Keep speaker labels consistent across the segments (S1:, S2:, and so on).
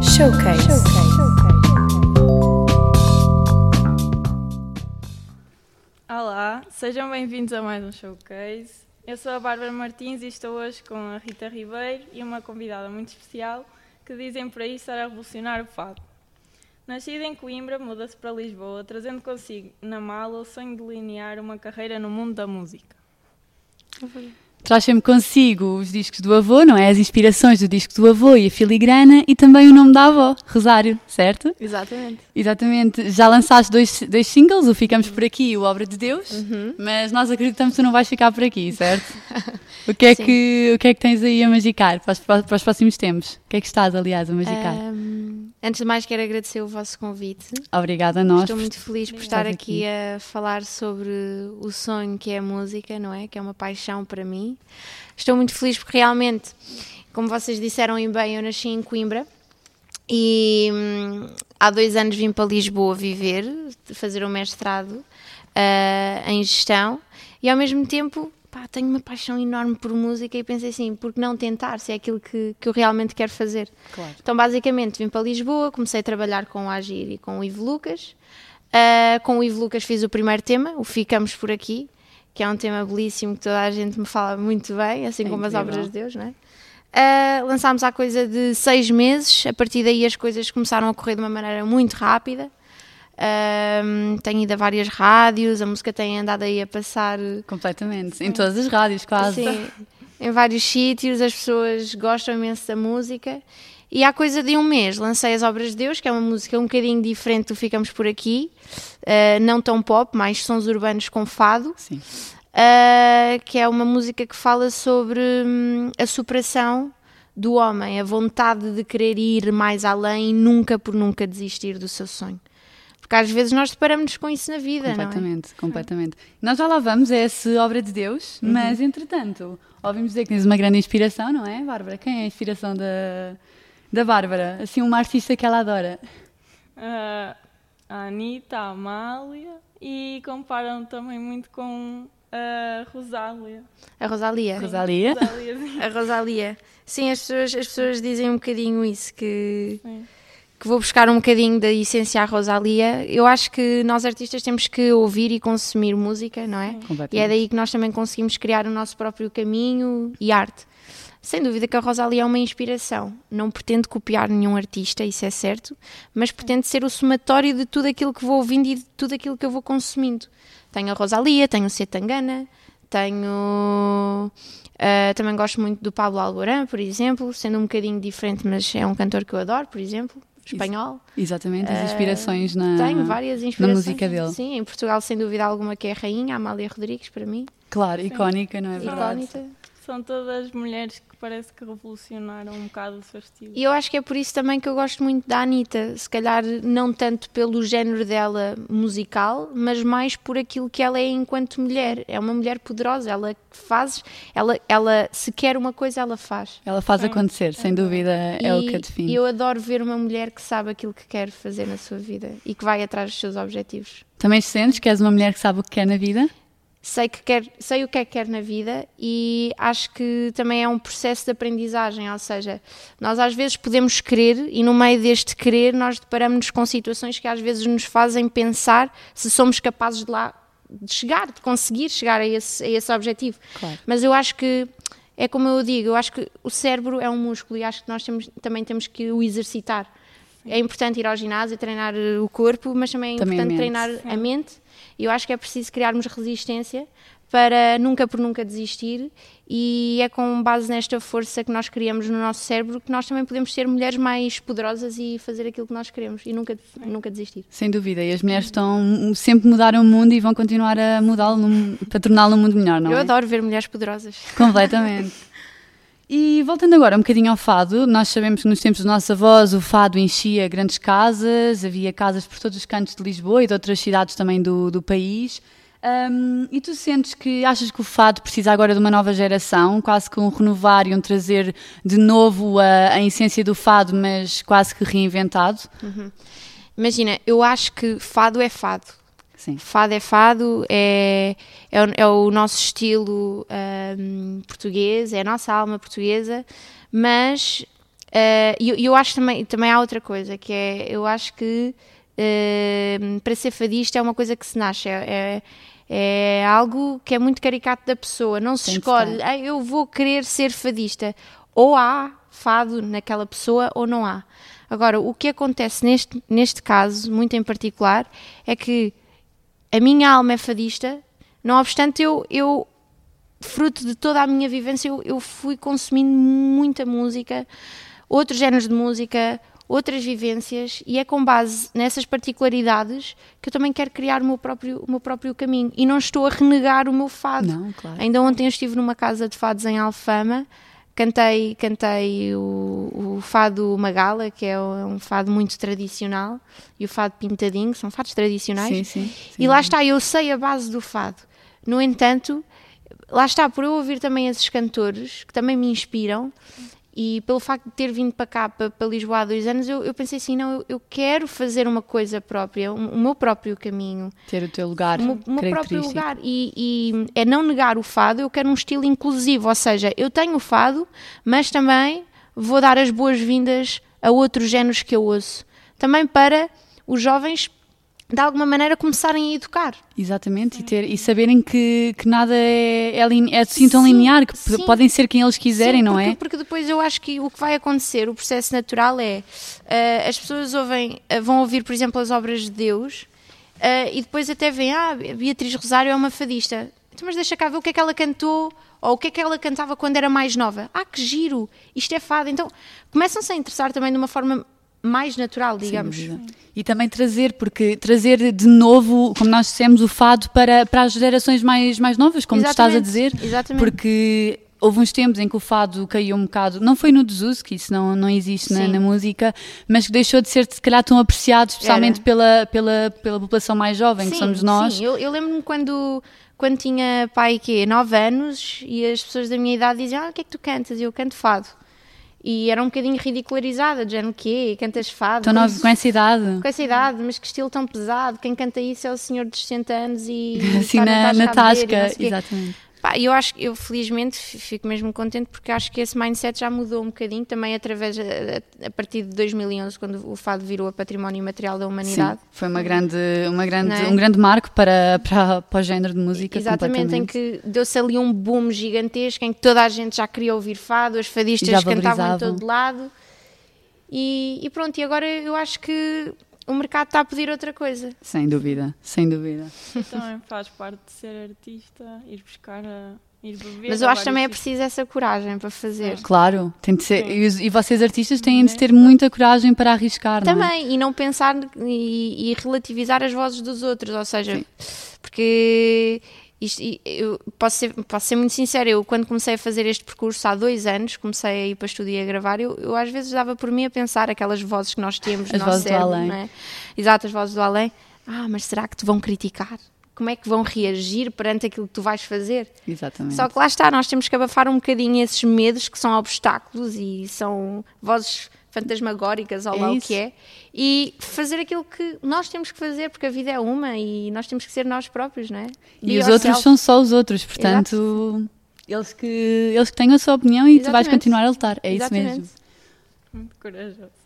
S1: Showcase.
S2: Olá, sejam bem-vindos a mais um Showcase. Eu sou a Bárbara Martins e estou hoje com a Rita Ribeiro e uma convidada muito especial que dizem por aí estar a revolucionar o fado. Nascida em Coimbra, muda-se para Lisboa, trazendo consigo na mala o sonho de delinear uma carreira no mundo da música.
S3: Traz sempre consigo os discos do avô, não é? As inspirações do disco do avô e a filigrana e também o nome da avó, Rosário, certo?
S4: Exatamente.
S3: Exatamente. Já lançaste dois, dois singles, o Ficamos Por Aqui e o Obra de Deus,
S4: Uhum.
S3: mas nós acreditamos que tu não vais ficar por aqui, certo? O que é, que, o que, é que tens aí a magicar para os, para os próximos tempos? O que é que estás, aliás, a magicar?
S4: Ahm, antes de mais, quero agradecer o vosso convite.
S3: Obrigada a nós.
S4: Estou
S3: por-
S4: muito feliz por
S3: Obrigada.
S4: estar aqui a falar sobre o sonho que é a música, não é? Que é uma paixão para mim. Estou muito feliz porque realmente, como vocês disseram e bem, eu nasci em Coimbra e hum, há dois anos vim para Lisboa viver, fazer um mestrado ah, em gestão e ao mesmo tempo. pá, tenho uma paixão enorme por música e pensei assim, por que não tentar se é aquilo que, que eu realmente quero fazer? Então, basicamente, vim para Lisboa, comecei a trabalhar com o Agir e com o Ivo Lucas. Ah, com o Ivo Lucas fiz o primeiro tema, o Ficamos Por Aqui, que é um tema belíssimo que toda a gente me fala muito bem, assim como as
S3: incrível.
S4: obras de Deus, não é? Ah, lançámos há coisa de seis meses, a partir daí as coisas começaram a correr de uma maneira muito rápida. Ah, tenho ido a várias rádios, a música tem andado aí a passar
S3: Completamente. Em todas as rádios, quase.
S4: Sim, em vários sítios, as pessoas gostam imenso da música. E há coisa de um mês lancei As Obras de Deus, que é uma música um bocadinho diferente do Ficamos Por Aqui, eh, não tão pop, mais sons urbanos com fado,
S3: Sim.
S4: eh, que é uma música que fala sobre hum, a superação do homem, a vontade de querer ir mais além e nunca por nunca desistir do seu sonho. Porque às vezes nós deparamos com isso na vida, não é?
S3: Completamente, completamente. Nós já lá vamos a essa obra de Deus,
S4: Uhum.
S3: mas entretanto, ouvimos dizer que tens uma grande inspiração, não é, Bárbara? Quem é a inspiração da, da Bárbara? Assim, uma artista que ela adora.
S2: Ah, a Anitta, a Amália e comparam também muito com a Rosália.
S4: A Rosalia.
S3: Rosalia.
S2: Rosália
S4: A Rosalia. Sim, as pessoas, as pessoas dizem um bocadinho isso, que,
S2: Sim.
S4: que vou buscar um bocadinho da essência à Rosalia. Eu acho que nós artistas temos que ouvir e consumir música, não é? E é
S3: Completamente.
S4: daí que nós também conseguimos criar o nosso próprio caminho e arte. Sem dúvida que a Rosalia é uma inspiração. Não pretendo copiar nenhum artista, isso é certo, mas pretendo ser o somatório de tudo aquilo que vou ouvindo e de tudo aquilo que eu vou consumindo. Tenho a Rosalia, tenho o Setangana, tenho. ah, também gosto muito do Pablo Alborán, por exemplo, sendo um bocadinho diferente, mas é um cantor que eu adoro, por exemplo, espanhol.
S3: Exatamente, as inspirações na.
S4: Tenho Eh, várias
S3: Ah,
S4: inspirações.
S3: música dele.
S4: Sim, em Portugal, sem dúvida alguma, que é a rainha, a Amália Rodrigues, para mim.
S3: Claro, icónica, não é verdade?
S4: Icónica.
S2: São todas mulheres que parece que revolucionaram um bocado o seu estilo.
S4: E eu acho que é por isso também que eu gosto muito da Anitta. Se calhar não tanto pelo género dela musical, mas mais por aquilo que ela é enquanto mulher. É uma mulher poderosa, ela faz, ela, ela se quer uma coisa, ela faz.
S3: Ela faz acontecer, sem dúvida, é o que a define.
S4: E eu adoro ver uma mulher que sabe aquilo que quer fazer na sua vida e que vai atrás dos seus objetivos.
S3: Também sentes que és uma mulher que sabe o que quer na vida?
S4: sei, que quer, sei o que é que quer na vida e acho que também é um processo de aprendizagem, ou seja, nós às vezes podemos querer e no meio deste querer nós deparamos-nos com situações que às vezes nos fazem pensar se somos capazes de lá de chegar, de conseguir chegar a esse, a esse objetivo.
S3: Claro.
S4: Mas eu acho que é como eu digo, eu acho que o cérebro é um músculo e acho que nós temos- também temos que o exercitar. É importante ir ao ginásio, treinar eh, o corpo, mas também é
S3: Também a
S4: importante
S3: mente.
S4: treinar a mente. E eu acho que é preciso criarmos resistência para nunca por nunca desistir. E é com base nesta força que nós criamos no nosso cérebro que nós também podemos ser mulheres mais poderosas e fazer aquilo que nós queremos e nunca, nunca desistir.
S3: Sem dúvida, e as mulheres estão sempre mudaram o mundo e vão continuar a mudá-lo num- para torná-lo um mundo melhor, não
S4: eu
S3: é?
S4: adoro ver mulheres poderosas.
S3: Completamente. E voltando agora um bocadinho ao fado, nós sabemos que nos tempos dos nossos avós o fado enchia grandes casas, havia casas por todos os cantos de Lisboa e de outras cidades também do, do país. Ahm, e tu sentes que achas que o fado precisa agora de uma nova geração, quase que um renovar e um trazer de novo a, a essência do fado, mas quase que reinventado?
S4: Imagina, eu acho que fado é fado.
S3: Sim.
S4: Fado é fado, é, é, o- é o nosso hum, estilo ahm, português, é a nossa alma portuguesa, mas Eh, E eu, eu acho também, também há outra coisa, que é, eu acho que eh, para ser fadista é uma coisa que se nasce, é, é, é algo que é muito caricato da pessoa, não se
S3: Tem de
S4: escolhe, "Ah, eu vou querer ser fadista. Ou há fado naquela pessoa ou não há. Agora, o que acontece neste, neste caso, muito em particular, é que a minha alma é fadista, não obstante eu, eu fruto de toda a minha vivência, eu, eu fui consumindo muita música, outros géneros de música, outras vivências, e é com base nessas particularidades que eu também quero criar o meu próprio, o meu próprio caminho. E não estou a renegar o meu fado.
S3: Não, claro.
S4: Ainda ontem eu estive numa casa de fados em Alfama, cantei, cantei o, o fado Magala, que é um fado muito tradicional, e o fado Pintadinho, que são fados tradicionais.
S3: Sim, sim.
S4: E lá está, eu sei a base do fado. No entanto, lá está, por eu ouvir também esses cantores, que também me inspiram, e pelo facto de ter vindo para cá, para, para Lisboa há dois anos, eu, eu pensei assim: não, eu, eu quero fazer uma coisa própria, um- o meu próprio caminho
S3: Ter o teu lugar
S4: o meu, o meu próprio
S3: característico.
S4: lugar. E, e é não negar o fado, eu quero um estilo inclusivo, ou seja, eu tenho o fado, mas também vou dar as boas-vindas a outros géneros que eu ouço. Também para os jovens, de alguma maneira, começarem a educar.
S3: Exatamente, e, ter, e saberem que, que nada é, é, lin- é assim tão
S4: Sim,
S3: linear, que p-
S4: sim.
S3: podem ser quem eles quiserem,
S4: Sim,
S3: não
S4: porque,
S3: é?
S4: Porque depois eu acho que o que vai acontecer, o processo natural é ah, as pessoas ouvem, ah, vão ouvir, por exemplo, as obras de Deus ah, e depois até veem, ah, Beatriz Rosário é uma fadista. Então, Mas deixa cá ver o que é que ela cantou ou o que é que ela cantava quando era mais nova. Ah, que giro! Isto é fado. Então começam-se a interessar também de uma forma mais natural, digamos.
S3: Sem dúvida. E também trazer, porque trazer de novo, como nós dissemos, o fado para, para as gerações mais, mais novas, como tu estás a
S4: Exatamente,
S3: dizer.
S4: exatamente.
S3: Porque houve uns tempos em que o fado caiu um bocado, não foi no desuso, que isso não, não existe na,
S4: Sim.
S3: na música, mas que deixou de ser, se calhar, tão apreciado, especialmente
S4: Era.
S3: pela, pela, pela população mais jovem, que somos nós.
S4: Sim, eu, eu lembro-me quando, quando tinha pai quê, 9 anos e as pessoas da minha idade diziam: Ah, o que é que tu cantas? E eu canto fado. E era um bocadinho ridicularizada, de género quê? Cantas fado?
S3: Tão
S4: Como
S3: novos Então, com essa idade.
S4: com essa idade, mas que estilo tão pesado. Quem canta isso é o senhor dos 60 anos e.
S3: Assim
S4: está
S3: na, na
S4: a beber e não
S3: tasca,
S4: sei o quê.
S3: exatamente.
S4: Pá, eu acho que eu felizmente f- fico mesmo contente porque acho que esse mindset já mudou um bocadinho também através, a- a, a partir de 2011, quando o fado virou a património imaterial da humanidade.
S3: Sim, foi uma grande, uma grande,
S4: Não é?
S3: um grande marco para, para, para o género de música.
S4: Exatamente, em
S3: completamente.
S4: que deu-se ali um boom gigantesco em que toda a gente já queria ouvir fado, as fadistas
S3: E já
S4: cantavam em
S3: valorizavam.
S4: todo lado. E, e pronto, e agora eu acho que o mercado está a pedir outra coisa.
S3: Sem dúvida, sem dúvida.
S2: Também faz parte de ser artista, ir buscar, a, ir beber.
S4: Mas eu acho
S2: a vários
S4: que também é
S2: sítios.
S4: preciso essa coragem para fazer.
S3: Claro, tem de ser.
S2: Sim.
S3: E, os- e vocês artistas têm de ter muita coragem para arriscar, não é?
S4: Também, e não pensar e, e relativizar as vozes dos outros, ou seja, porque isto, e eu posso ser, posso ser muito sincera, eu quando comecei a fazer este percurso há dois anos, comecei a ir para estúdio e a gravar, eu, eu às vezes dava por mim a pensar aquelas vozes que nós temos no
S3: As
S4: nosso
S3: vozes do
S4: cérebro,
S3: além.
S4: não é? Exato, as vozes do além. Ah, mas será que te vão criticar? Como é que vão reagir perante aquilo que tu vais fazer?
S3: Exatamente.
S4: Só que lá está, nós temos que abafar um bocadinho esses medos que são obstáculos e são vozes fantasmagóricas, ou
S3: É
S4: lá o
S3: isso.
S4: que é, e fazer aquilo que nós temos que fazer, porque a vida é uma e nós temos que ser nós próprios, não é?
S3: E
S4: Be
S3: os outros
S4: yourself.
S3: são só os outros, portanto, eles que, eles que têm a sua opinião e tu vais
S4: Exatamente.
S3: continuar a lutar. É isso
S4: Exatamente.
S3: mesmo.
S2: Muito corajoso.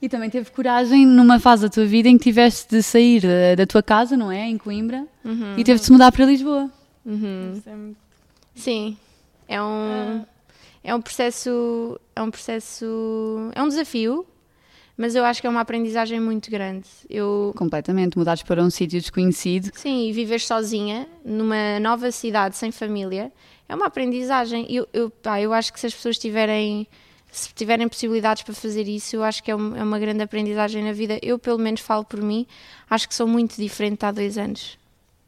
S3: E também teve coragem numa fase da tua vida em que tiveste de sair da, da tua casa, não é? Em Coimbra,
S4: Uhum.
S3: e teve de se mudar para Lisboa.
S4: Hum.
S2: Isso é muito
S4: Sim, é
S3: Ah.
S4: um, é um processo, é um processo, é um desafio, mas eu acho que é uma aprendizagem muito grande. Eu,
S3: Completamente, mudares para um sítio desconhecido.
S4: Sim, e viver sozinha numa nova cidade sem família é uma aprendizagem. Eu, eu, pá, eu acho que se as pessoas tiverem se tiverem possibilidades para fazer isso, eu acho que é, um- é uma grande aprendizagem na vida. Eu, pelo menos, falo por mim, acho que sou muito diferente há dois anos.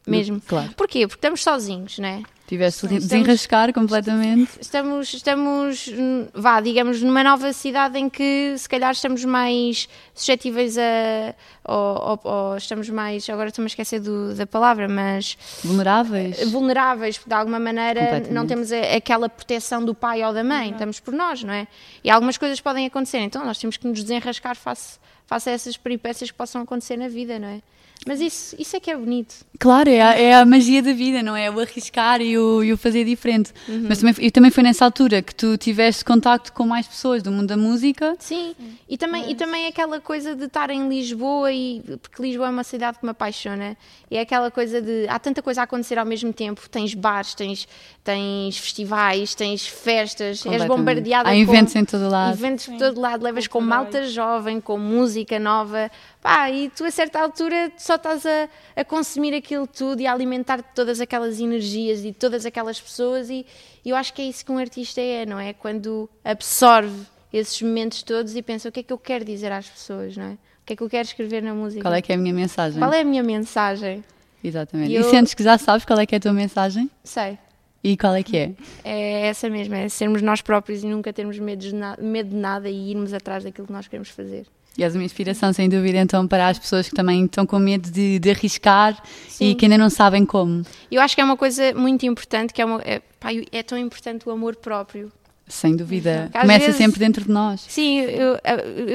S4: Mesmo.
S3: Claro.
S4: Porquê? Porque estamos sozinhos, não é?
S3: Tiveste de
S4: Estamos-
S3: desenrascar completamente.
S4: estamos, estamos, hum, vá, digamos, numa nova cidade em que se calhar estamos mais suscetíveis a. ou, ou- ou estamos mais. agora estou-me a esquecer do- da palavra, mas. É,
S3: Vulneráveis.
S4: vulneráveis, porque de alguma maneira
S3: Completamente.
S4: não temos a- aquela proteção do pai ou da mãe, estamos por nós, não é? E algumas coisas podem acontecer, então nós temos que nos desenrascar face, face a essas peripécias que possam acontecer na vida, não é? Mas isso, isso é que é bonito.
S3: Claro, é a, é a magia da vida, não é? O arriscar e e o, e o fazer diferente.
S4: Uhum.
S3: Mas também, e também foi nessa altura que tu tiveste contacto com mais pessoas do mundo da música.
S4: Sim, e também, e também aquela coisa de estar em Lisboa, e, porque Lisboa é uma cidade que me apaixona, e é aquela coisa de. Há tanta coisa a acontecer ao mesmo tempo: tens bares, tens, tens festivais, tens festas, és
S3: Completamente.
S4: bombardeada
S3: Há
S4: com
S3: eventos em todo lado.
S4: eventos por
S2: Sim.
S4: todo lado, levas com
S2: Culturais.
S4: malta jovem, com música nova, pá, e tu a certa altura só estás a, a consumir aquilo tudo e a alimentar de todas aquelas energias e de todas aquelas pessoas e, e eu acho que é isso que um artista é, não é? Quando absorve esses momentos todos e pensa o que é que eu quero dizer às pessoas, não é? O que é que eu quero escrever na música?
S3: Qual é que é a minha mensagem?
S4: Qual é a minha mensagem?
S3: Exatamente.
S4: E
S3: E,
S4: eu-
S3: sentes que já sabes qual é que é a tua mensagem?
S4: Sei.
S3: E qual é que é?
S4: É essa mesma, é sermos nós próprios e nunca termos medo de, na- medo de nada e irmos atrás daquilo que nós queremos fazer.
S3: E és uma inspiração, sem dúvida, então, para as pessoas que também estão com medo de, de arriscar e
S4: Sim.
S3: que ainda não sabem como.
S4: Eu acho que é uma coisa muito importante, que é, uma, é, pá, eu- é tão importante o amor próprio.
S3: Sem dúvida.
S4: Às
S3: Começa
S4: vezes-
S3: sempre dentro de nós.
S4: Sim, eu,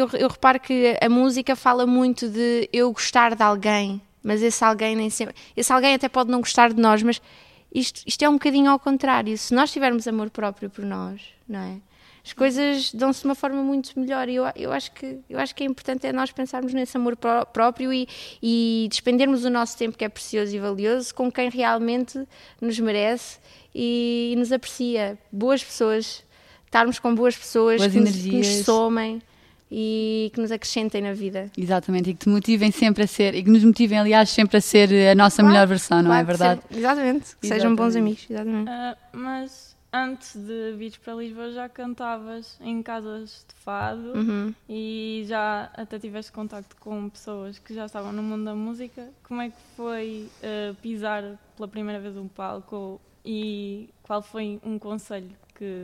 S4: eu, eu reparo que a música fala muito de eu gostar de alguém, mas esse alguém nem sempre. Esse alguém até pode não gostar de nós, mas isto, isto é um bocadinho ao contrário. Se nós tivermos amor próprio por nós, não é? As coisas dão-se de uma forma muito melhor e eu, eu, acho que, eu acho que é importante é nós pensarmos nesse amor pró- próprio e, e despendermos o nosso tempo que é precioso e valioso com quem realmente nos merece e, nos aprecia. Boas pessoas, estarmos com boas pessoas
S3: Boas
S4: que, nos, que nos
S3: energias.
S4: somem e que nos acrescentem na vida.
S3: Exatamente. E que te motivem sempre a ser, e que nos motivem, aliás, sempre a ser a nossa melhor versão, não é
S4: Claro,
S3: verdade?
S4: ser- exatamente, que sejam bons
S3: Exatamente.
S4: amigos. Exatamente.
S2: Ah, mas antes de vires para Lisboa já cantavas em casas de fado
S4: Uhum.
S2: e já até tiveste contacto com pessoas que já estavam no mundo da música. Como é que foi ah, pisar pela primeira vez um palco e qual foi um conselho que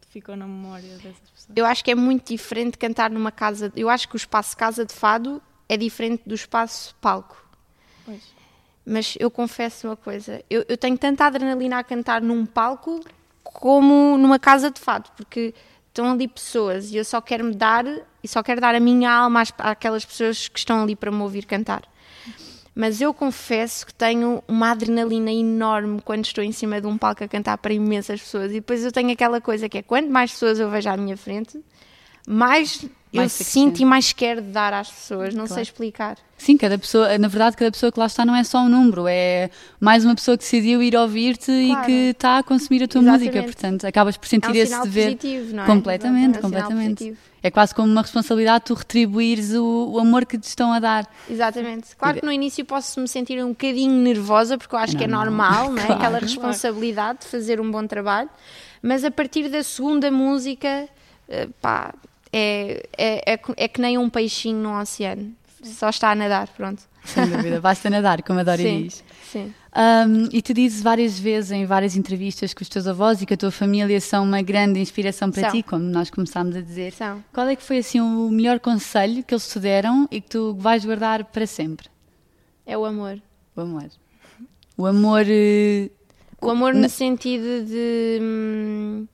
S2: te ficou na memória dessas pessoas?
S4: Eu acho que é muito diferente cantar numa casa. Eu acho que o espaço casa de fado é diferente do espaço palco.
S2: Pois.
S4: Mas eu confesso uma coisa, eu, eu tenho tanta adrenalina a cantar num palco como numa casa de fado, porque estão ali pessoas e eu só quero me dar e só quero dar a minha alma às, àquelas pessoas que estão ali para me ouvir cantar. Mas eu confesso que tenho uma adrenalina enorme quando estou em cima de um palco a cantar para imensas pessoas e depois eu tenho aquela coisa que é quanto mais pessoas eu vejo à minha frente, mais, eu
S3: Mais se
S4: sinto
S3: acrescenta.
S4: e mais quero dar às pessoas, não sei explicar.
S3: Sim, cada pessoa, na verdade, cada pessoa que lá está não é só um número, é mais uma pessoa que decidiu ir ouvir-te e
S4: Claro.
S3: que está a consumir a tua
S4: Exatamente.
S3: música, portanto, acabas por sentir
S4: É um
S3: esse
S4: sinal
S3: dever.
S4: positivo, não é?
S3: Completamente,
S4: Exato, é um sinal
S3: completamente.
S4: positivo.
S3: É quase como uma responsabilidade tu retribuires o, o amor que te estão a dar.
S4: Exatamente. Claro que no início posso me sentir um bocadinho nervosa, porque eu acho que é normal, não é? Aquela responsabilidade de fazer um bom trabalho, mas a partir da segunda música, eh, pá, é, é, é, co- é que nem um peixinho num oceano, só está a nadar, pronto.
S3: Sem dúvida, basta nadar, como a Dori
S4: Sim,
S3: diz.
S4: sim.
S3: Ahm, e tu dizes várias vezes em várias entrevistas que os teus avós e que a tua família são uma grande inspiração para
S4: São.
S3: ti, como nós começámos a dizer.
S4: São.
S3: Qual é que foi assim o melhor conselho que eles te deram e que tu vais guardar para sempre?
S4: É o amor.
S3: O amor. O amor. eh,
S4: O amor
S3: Na-
S4: no sentido de. hum,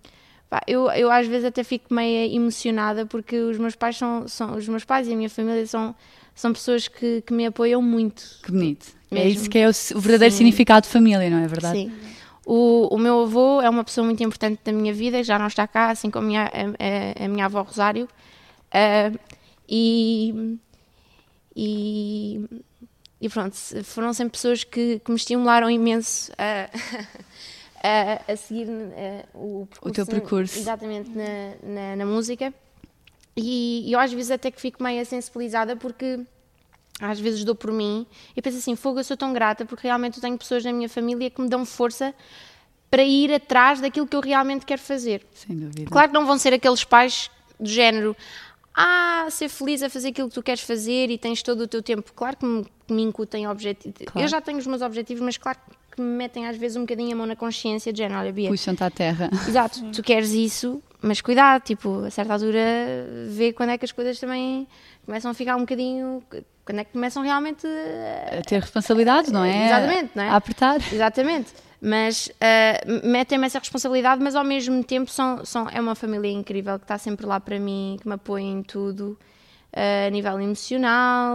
S4: pá, eu, eu às vezes até fico meio emocionada porque os meus pais são, são os meus pais e a minha família são, são pessoas que, que me apoiam muito.
S3: Que bonito. É
S4: Mesmo.
S3: isso que é o, s- o verdadeiro significado de família, não é verdade?
S4: Sim. O, o meu avô é uma pessoa muito importante da minha vida, já não está cá, assim como a minha, a, a- a minha avó Rosário. Ah, e, e, e pronto, se- foram sempre pessoas que, que me estimularam imenso a, a, a seguir eh, o, percurso
S3: teu
S4: na-
S3: percurso.
S4: exatamente, na, na, na música. E, e eu às vezes até que fico meio sensibilizada porque às vezes dou por mim e penso assim, fogo, eu sou tão grata porque realmente eu tenho pessoas na minha família que me dão força para ir atrás daquilo que eu realmente quero fazer.
S3: Sem dúvida.
S4: Claro que não vão ser aqueles pais do género ah, ser feliz a fazer aquilo que tu queres fazer e tens todo o teu tempo. Claro que me, que me incutem objetivos.
S3: Claro.
S4: Eu já tenho os meus objetivos, mas claro que me metem às vezes um bocadinho a mão na consciência de género, olha Bia,
S3: Puxam-te à terra.
S4: Exato, tu queres isso, mas cuidado, tipo, a certa altura vê quando é que as coisas também começam a ficar um bocadinho. Quando é que começam realmente. a-
S3: A ter responsabilidades, não é?
S4: Exatamente, não é?
S3: A apertar.
S4: Exatamente. Mas ah, metem-me essa responsabilidade, mas ao mesmo tempo são, são, é uma família incrível que está sempre lá para mim, que me apoia em tudo. eh, a nível emocional,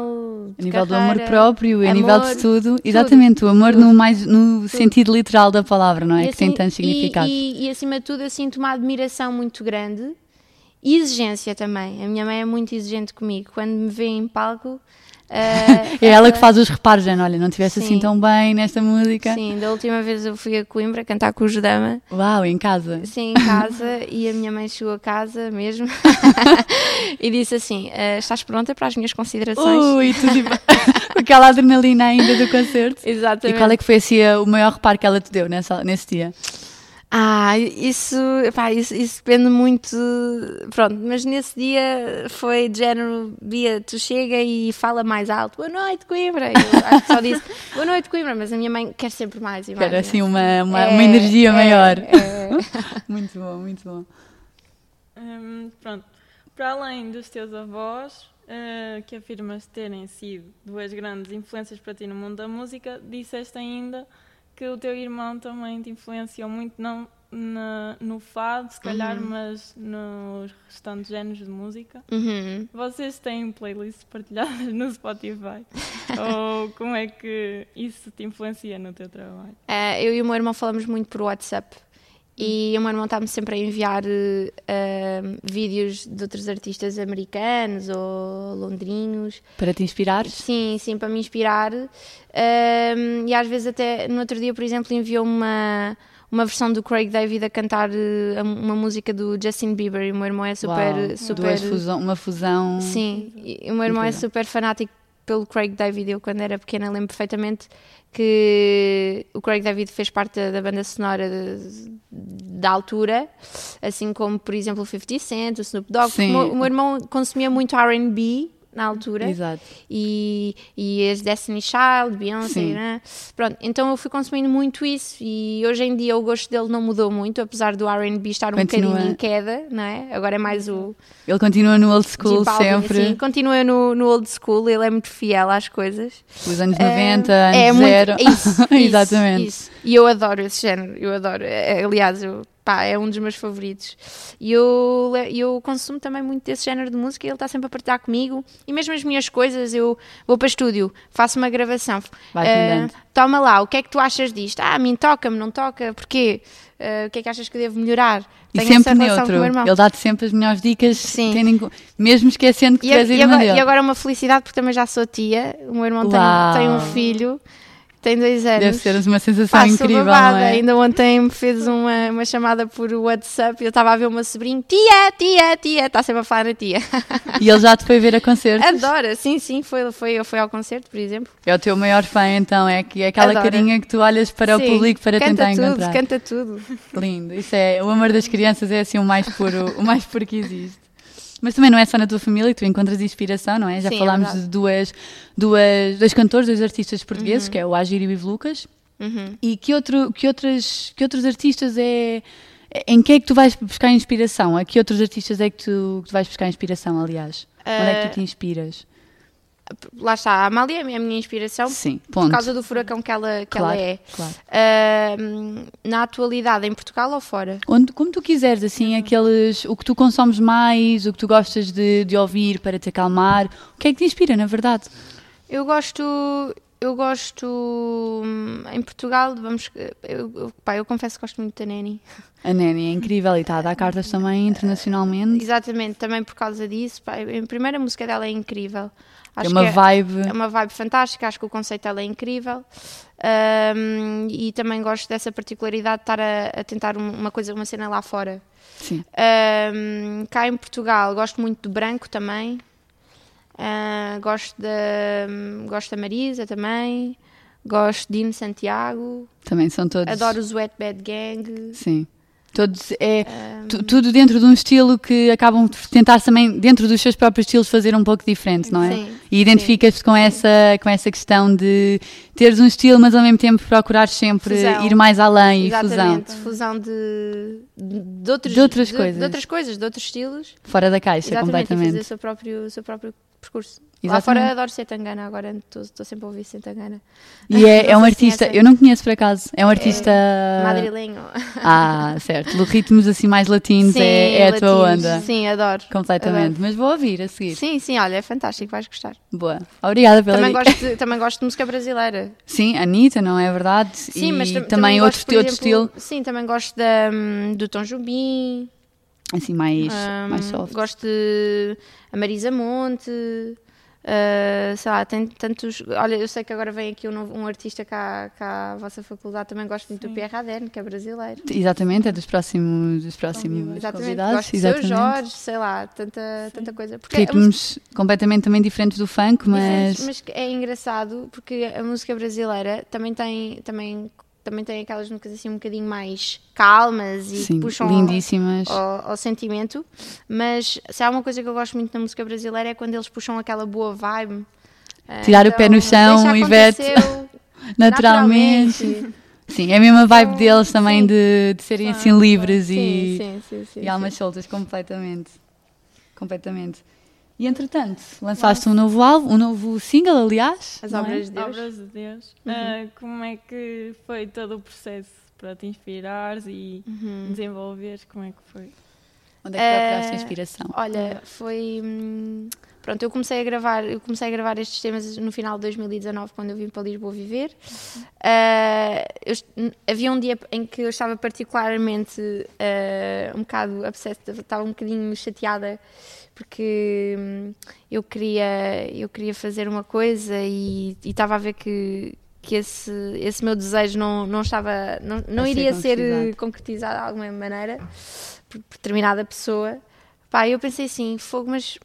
S3: A
S4: de
S3: nível do
S4: carreira,
S3: amor próprio, a
S4: amor,
S3: nível de tudo. Exatamente, o amor no, mais, no sentido literal da palavra, não é?
S4: E
S3: que tem
S4: assim-
S3: tanto
S4: e-
S3: significado.
S4: E, e, acima de tudo, assim, uma admiração muito grande e exigência também. A minha mãe é muito exigente comigo. Quando me vê em palco. eh,
S3: é ela que faz os reparos, Jane. Olha, não estivesse assim
S4: Sim.
S3: tão bem nesta música.
S4: Sim, da última vez eu fui a Coimbra cantar com o Judama.
S3: Uau, em casa.
S4: Sim, em casa, e a minha mãe chegou a casa mesmo e disse assim: "Ah, Estás pronta para as minhas considerações?
S3: Ui, tu tipo, com aquela adrenalina ainda do concerto. E
S4: Exatamente.
S3: qual é que foi assim, a- o maior reparo que ela te deu nessa, nesse dia?
S4: Ah, isso, pá, isso, isso depende muito. Pronto, mas nesse dia foi de género: Bia, tu chega e fala mais alto, boa noite, Coimbra. Eu acho que só disse boa noite, Coimbra, mas a minha mãe quer sempre mais e mais.
S3: Era
S4: né?
S3: assim uma, uma,
S4: É,
S3: uma energia
S4: é,
S3: maior.
S4: é.
S3: Muito bom, muito bom.
S2: Hum, pronto. Para além dos teus avós, eh, que afirmas terem sido duas grandes influências para ti no mundo da música, disseste ainda que o teu irmão também te influenciou muito, não na- no fado, se calhar, mas nos restantes géneros de música.
S4: Uhum.
S2: Vocês têm playlists partilhadas no Spotify? Ou como é que isso te influencia no teu trabalho?
S4: Ah, eu e o meu irmão falamos muito por WhatsApp
S3: Hum.
S4: e o meu irmão está-me sempre a enviar eh, ah, vídeos de outros artistas americanos ou londrinos
S3: Para te inspirares?
S4: Sim, sim, para me inspirar. Ahm, e às vezes até no outro dia, por exemplo, enviou uma uma versão do Craig David a cantar eh, a- uma música do Justin Bieber e o meu irmão é super
S3: Uau,
S4: super
S3: duas fusão, uma fusão.
S4: Sim, e o meu irmão é
S3: Incrível.
S4: super fanático pelo Craig David. Eu, quando era pequena, lembro perfeitamente que o Craig David fez parte da banda sonora de- da altura, assim como, por exemplo, o 50 Cent, o Snoop Dogg.
S3: Sim.
S4: O meu, o meu irmão consumia muito RB na altura
S3: Exato.
S4: e, e as Destiny Child, Beyoncé,
S3: Sim.
S4: né? pronto. Então eu fui consumindo muito isso e hoje em dia o gosto dele não mudou muito, apesar do RB estar um
S3: Continua. Uhum.
S4: bocadinho em queda, não é? Agora é mais o
S3: Ele continua no old
S4: Jim
S3: school
S4: Balvin,
S3: sempre.
S4: assim, continua no, no old school, ele é muito fiel às coisas.
S3: Os anos 90,
S4: Ah,
S3: anos
S4: é muito-
S3: zero.
S4: é Isso, isso,
S3: Exatamente.
S4: isso. E eu adoro esse género, eu adoro. É- é- Aliás, eu, pá, é um dos meus favoritos. E eu, le- eu consumo também muito desse género de música e ele está sempre a partilhar comigo. E mesmo as minhas coisas, eu vou para estúdio, faço uma gravação.
S3: Vais
S4: Ah,
S3: mudando.
S4: toma lá, o que é que tu achas disto? Ah, a mim toca-me, não toca, porquê? Ah, o que é que achas que eu devo melhorar?
S3: E
S4: Tenho
S3: sempre
S4: essa relação com o
S3: neutro.
S4: meu irmão.
S3: Ele dá-te sempre as melhores dicas,
S4: Sim.
S3: tendo em co- mesmo esquecendo que
S4: E,
S3: tu
S4: a-
S3: és
S4: e
S3: irmã
S4: agora, e
S3: dele.
S4: agora uma felicidade porque também já sou tia. O meu irmão tem,
S3: Uau.
S4: tem um filho, tem dois anos.
S3: Deve ser uma sensação
S4: Pá, sou
S3: incrível,
S4: babada.
S3: não é?
S4: Ainda ontem me fez uma, uma chamada por WhatsApp e eu estava a ver o meu sobrinho, tia, tia, tia, está sempre a falar na tia.
S3: E ele já te foi ver a concertos.
S4: Adora, sim, sim, foi, foi, foi ao concerto, por exemplo.
S3: É o teu maior fã, então, é que é aquela
S4: Adora.
S3: carinha que tu olhas para
S4: Sim,
S3: o público para
S4: canta
S3: tentar
S4: tudo,
S3: encontrar.
S4: Canta tudo,
S3: Lindo, isso é, o amor das crianças é assim o mais puro, o mais puro que existe. Mas também não é só na tua família que tu encontras inspiração, não é? Já
S4: Sim, é
S3: falámos
S4: verdade.
S3: de duas, duas, dois cantores, dois artistas
S4: Uhum.
S3: portugueses, que é o Agir e o Ivo Lucas. E que, outro, que, outras, que outros artistas é... Em que é que tu vais buscar inspiração? A que outros artistas é que tu, que tu vais buscar inspiração, aliás? Onde é que tu
S4: Eh,
S3: te inspiras?
S4: Lá está, a Amália é a minha inspiração
S3: Sim,
S4: por
S3: ponto.
S4: causa do furacão que ela, que
S3: Claro,
S4: ela é.
S3: claro.
S4: Ahm, na atualidade, em Portugal ou fora?
S3: Onde, como tu quiseres,
S4: Uhum.
S3: assim, aqueles. O que tu consomes mais, o que tu gostas de, de ouvir para te acalmar. O que é que te inspira, na verdade?
S4: Eu gosto, eu gosto hum, em Portugal, vamos, eh, eu, eu- pá, eu confesso que gosto muito da Neni.
S3: A Nani é incrível e está a dar cartas também internacionalmente.
S4: Exatamente, também por causa disso, pá, a primeira música dela é incrível.
S3: Tem
S4: Acho
S3: uma
S4: que é-
S3: vibe.
S4: é uma vibe fantástica, acho que o conceito dela é incrível. Ahm, e também gosto dessa particularidade de estar a, a tentar um- uma coisa, uma cena lá fora.
S3: Sim.
S4: Ahm, cá em Portugal, gosto muito do branco também. Ah, gosto, da, gosto da Marisa também. Gosto de Dino Santiago.
S3: Também são todos.
S4: Adoro os Wet Bad Gang.
S3: Sim. Todos. É. tu- Tudo dentro de um estilo que acabam por tentar também, dentro dos seus próprios estilos, fazer um pouco diferente, não é?
S4: Sim,
S3: E identificas-te com essa, com essa questão de teres um estilo, mas ao mesmo tempo procurares sempre
S4: Fusão.
S3: ir mais além e fusão.
S4: Exatamente, fusão de, de, outros,
S3: De outras coisas.
S4: de outras coisas, de outros estilos.
S3: Fora da caixa,
S4: Exatamente, e
S3: completamente.
S4: fazer o seu próprio, o seu próprio percurso. Lá
S3: Exatamente.
S4: fora adoro Setangana, agora estou estou sempre a ouvir Setangana.
S3: E é, é um
S4: Não sei se
S3: artista,
S4: conhecem.
S3: eu não conheço por acaso, é um artista.
S4: Madrilenho.
S3: Ah, certo. Ritmos assim mais latinos é, é a tua
S4: latinos.
S3: onda.
S4: Sim, adoro.
S3: Completamente. Mas vou ouvir a seguir.
S4: Sim, sim, olha, é fantástico, vais gostar.
S3: Boa. Obrigada pela
S4: Também
S3: dica.
S4: gosto, de, também gosto de música brasileira.
S3: Sim, Anitta, não é verdade?
S4: Sim,
S3: e
S4: mas tam-
S3: também, outro,
S4: gosto, por
S3: outro
S4: exemplo,
S3: estilo,
S4: Sim, também gosto da, hum, do Tom Jobim.
S3: assim, mais,
S4: hum,
S3: mais soft.
S4: Gosto de a Marisa Monte. ah, sei lá, tem tantos. Olha, eu sei que agora vem aqui um, novo- um artista cá, cá à vossa faculdade. Também gosto muito do Pierre Aden, que é brasileiro.
S3: Exatamente, é dos próximos, dos próximos
S4: Exatamente,
S3: convidados.
S4: gosto de seu Jorge, sei lá, tanta, tanta coisa. Porque a
S3: Ritmos completamente também diferentes do funk, mas.
S4: Diferentes, mas que é engraçado porque a música brasileira também tem, também, também tem aquelas músicas assim um bocadinho mais calmas e
S3: sim,
S4: que puxam ao,
S3: lindíssimas.
S4: ao- ao sentimento, mas se há uma coisa que eu gosto muito na música brasileira é quando eles puxam aquela boa vibe. Ah,
S3: Tirar o pé no chão,
S4: deixa
S3: Ivete.
S4: acontecer
S3: naturalmente.
S4: naturalmente.
S3: Sim, é a mesma vibe
S4: Então,
S3: deles também
S4: sim.
S3: de, de serem assim livres
S4: Sim,
S3: e,
S4: sim, sim, sim,
S3: e almas soltas, completamente. Completamente. E entretanto, lançaste um novo álbum, um novo single, aliás.
S4: As
S3: não é?
S4: obras de Deus.
S2: Obras de Deus. Ah, como é que foi todo o processo para te inspirares e desenvolveres? Como é que foi?
S3: Onde é que procuraste
S4: Eh,
S3: inspiração?
S4: Olha, foi. hum, Pronto, eu comecei a gravar, eu comecei a gravar estes temas no final de 2019, quando eu vim para Lisboa viver. Ah, eu est- n- havia um dia em que eu estava particularmente ah, um bocado obsessed, estava um bocadinho chateada porque hum, eu queria eu queria fazer uma coisa e e estava a ver que que esse, esse meu desejo não, não estava não, não
S3: A ser
S4: iria ser
S3: concretizado.
S4: eh, concretizado de alguma maneira por, por determinada pessoa pá, eu pensei assim, fogo, mas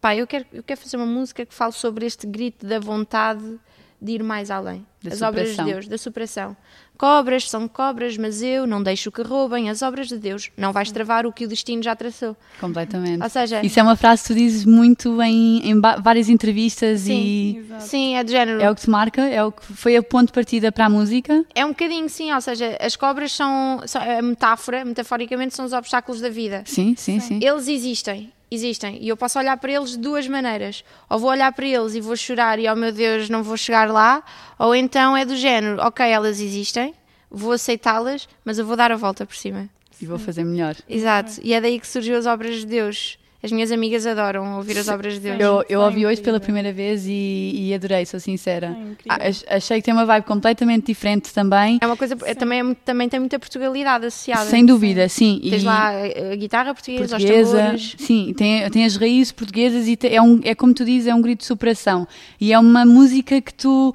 S4: pá, eu quero, eu quero fazer uma música que fale sobre este grito da vontade de ir mais além.
S3: Da
S4: as obras de
S3: superação.
S4: Deus, da superação. Cobras são cobras, mas eu não deixo que roubem as obras de Deus. Não vais travar o que o destino já traçou.
S3: Completamente.
S4: Ou seja,
S3: Isso é uma frase que tu dizes muito em, em ba- várias entrevistas e
S2: Exato.
S4: sim, é do género.
S3: é o que te marca, é o que foi a ponto de partida para a música.
S4: É um bocadinho sim, ou seja, as cobras são, são a metáfora, metaforicamente, são os obstáculos da vida.
S3: Sim, sim, sim.
S4: Eles existem, existem. E eu posso olhar para eles de duas maneiras. Ou vou olhar para eles e vou chorar e, oh meu Deus, não vou chegar lá. Ou então é do género, ok, elas existem, vou aceitá-las, mas eu vou dar a volta por cima.
S3: E vou fazer melhor.
S4: Exato. E é daí que surgiu as obras de Deus. As minhas amigas adoram ouvir as obras de Deus.
S3: Eu, eu
S2: Foi
S3: ouvi hoje pela
S2: incrível.
S3: primeira vez e, e adorei, sou sincera.
S2: Foi incrível.
S3: Ah, ach- Achei que tem uma vibe completamente diferente também,
S4: É uma coisa, é- também, é muito- também tem muita Portugalidade associada.
S3: sem dúvida, sim.
S4: Tens
S3: e
S4: lá a, a guitarra portuguesa, os
S3: portuguesa,
S4: tambores.
S3: sim, tem, tem as raízes portuguesas e te- é, um, é como tu dizes, é um grito de superação. E é uma música que tu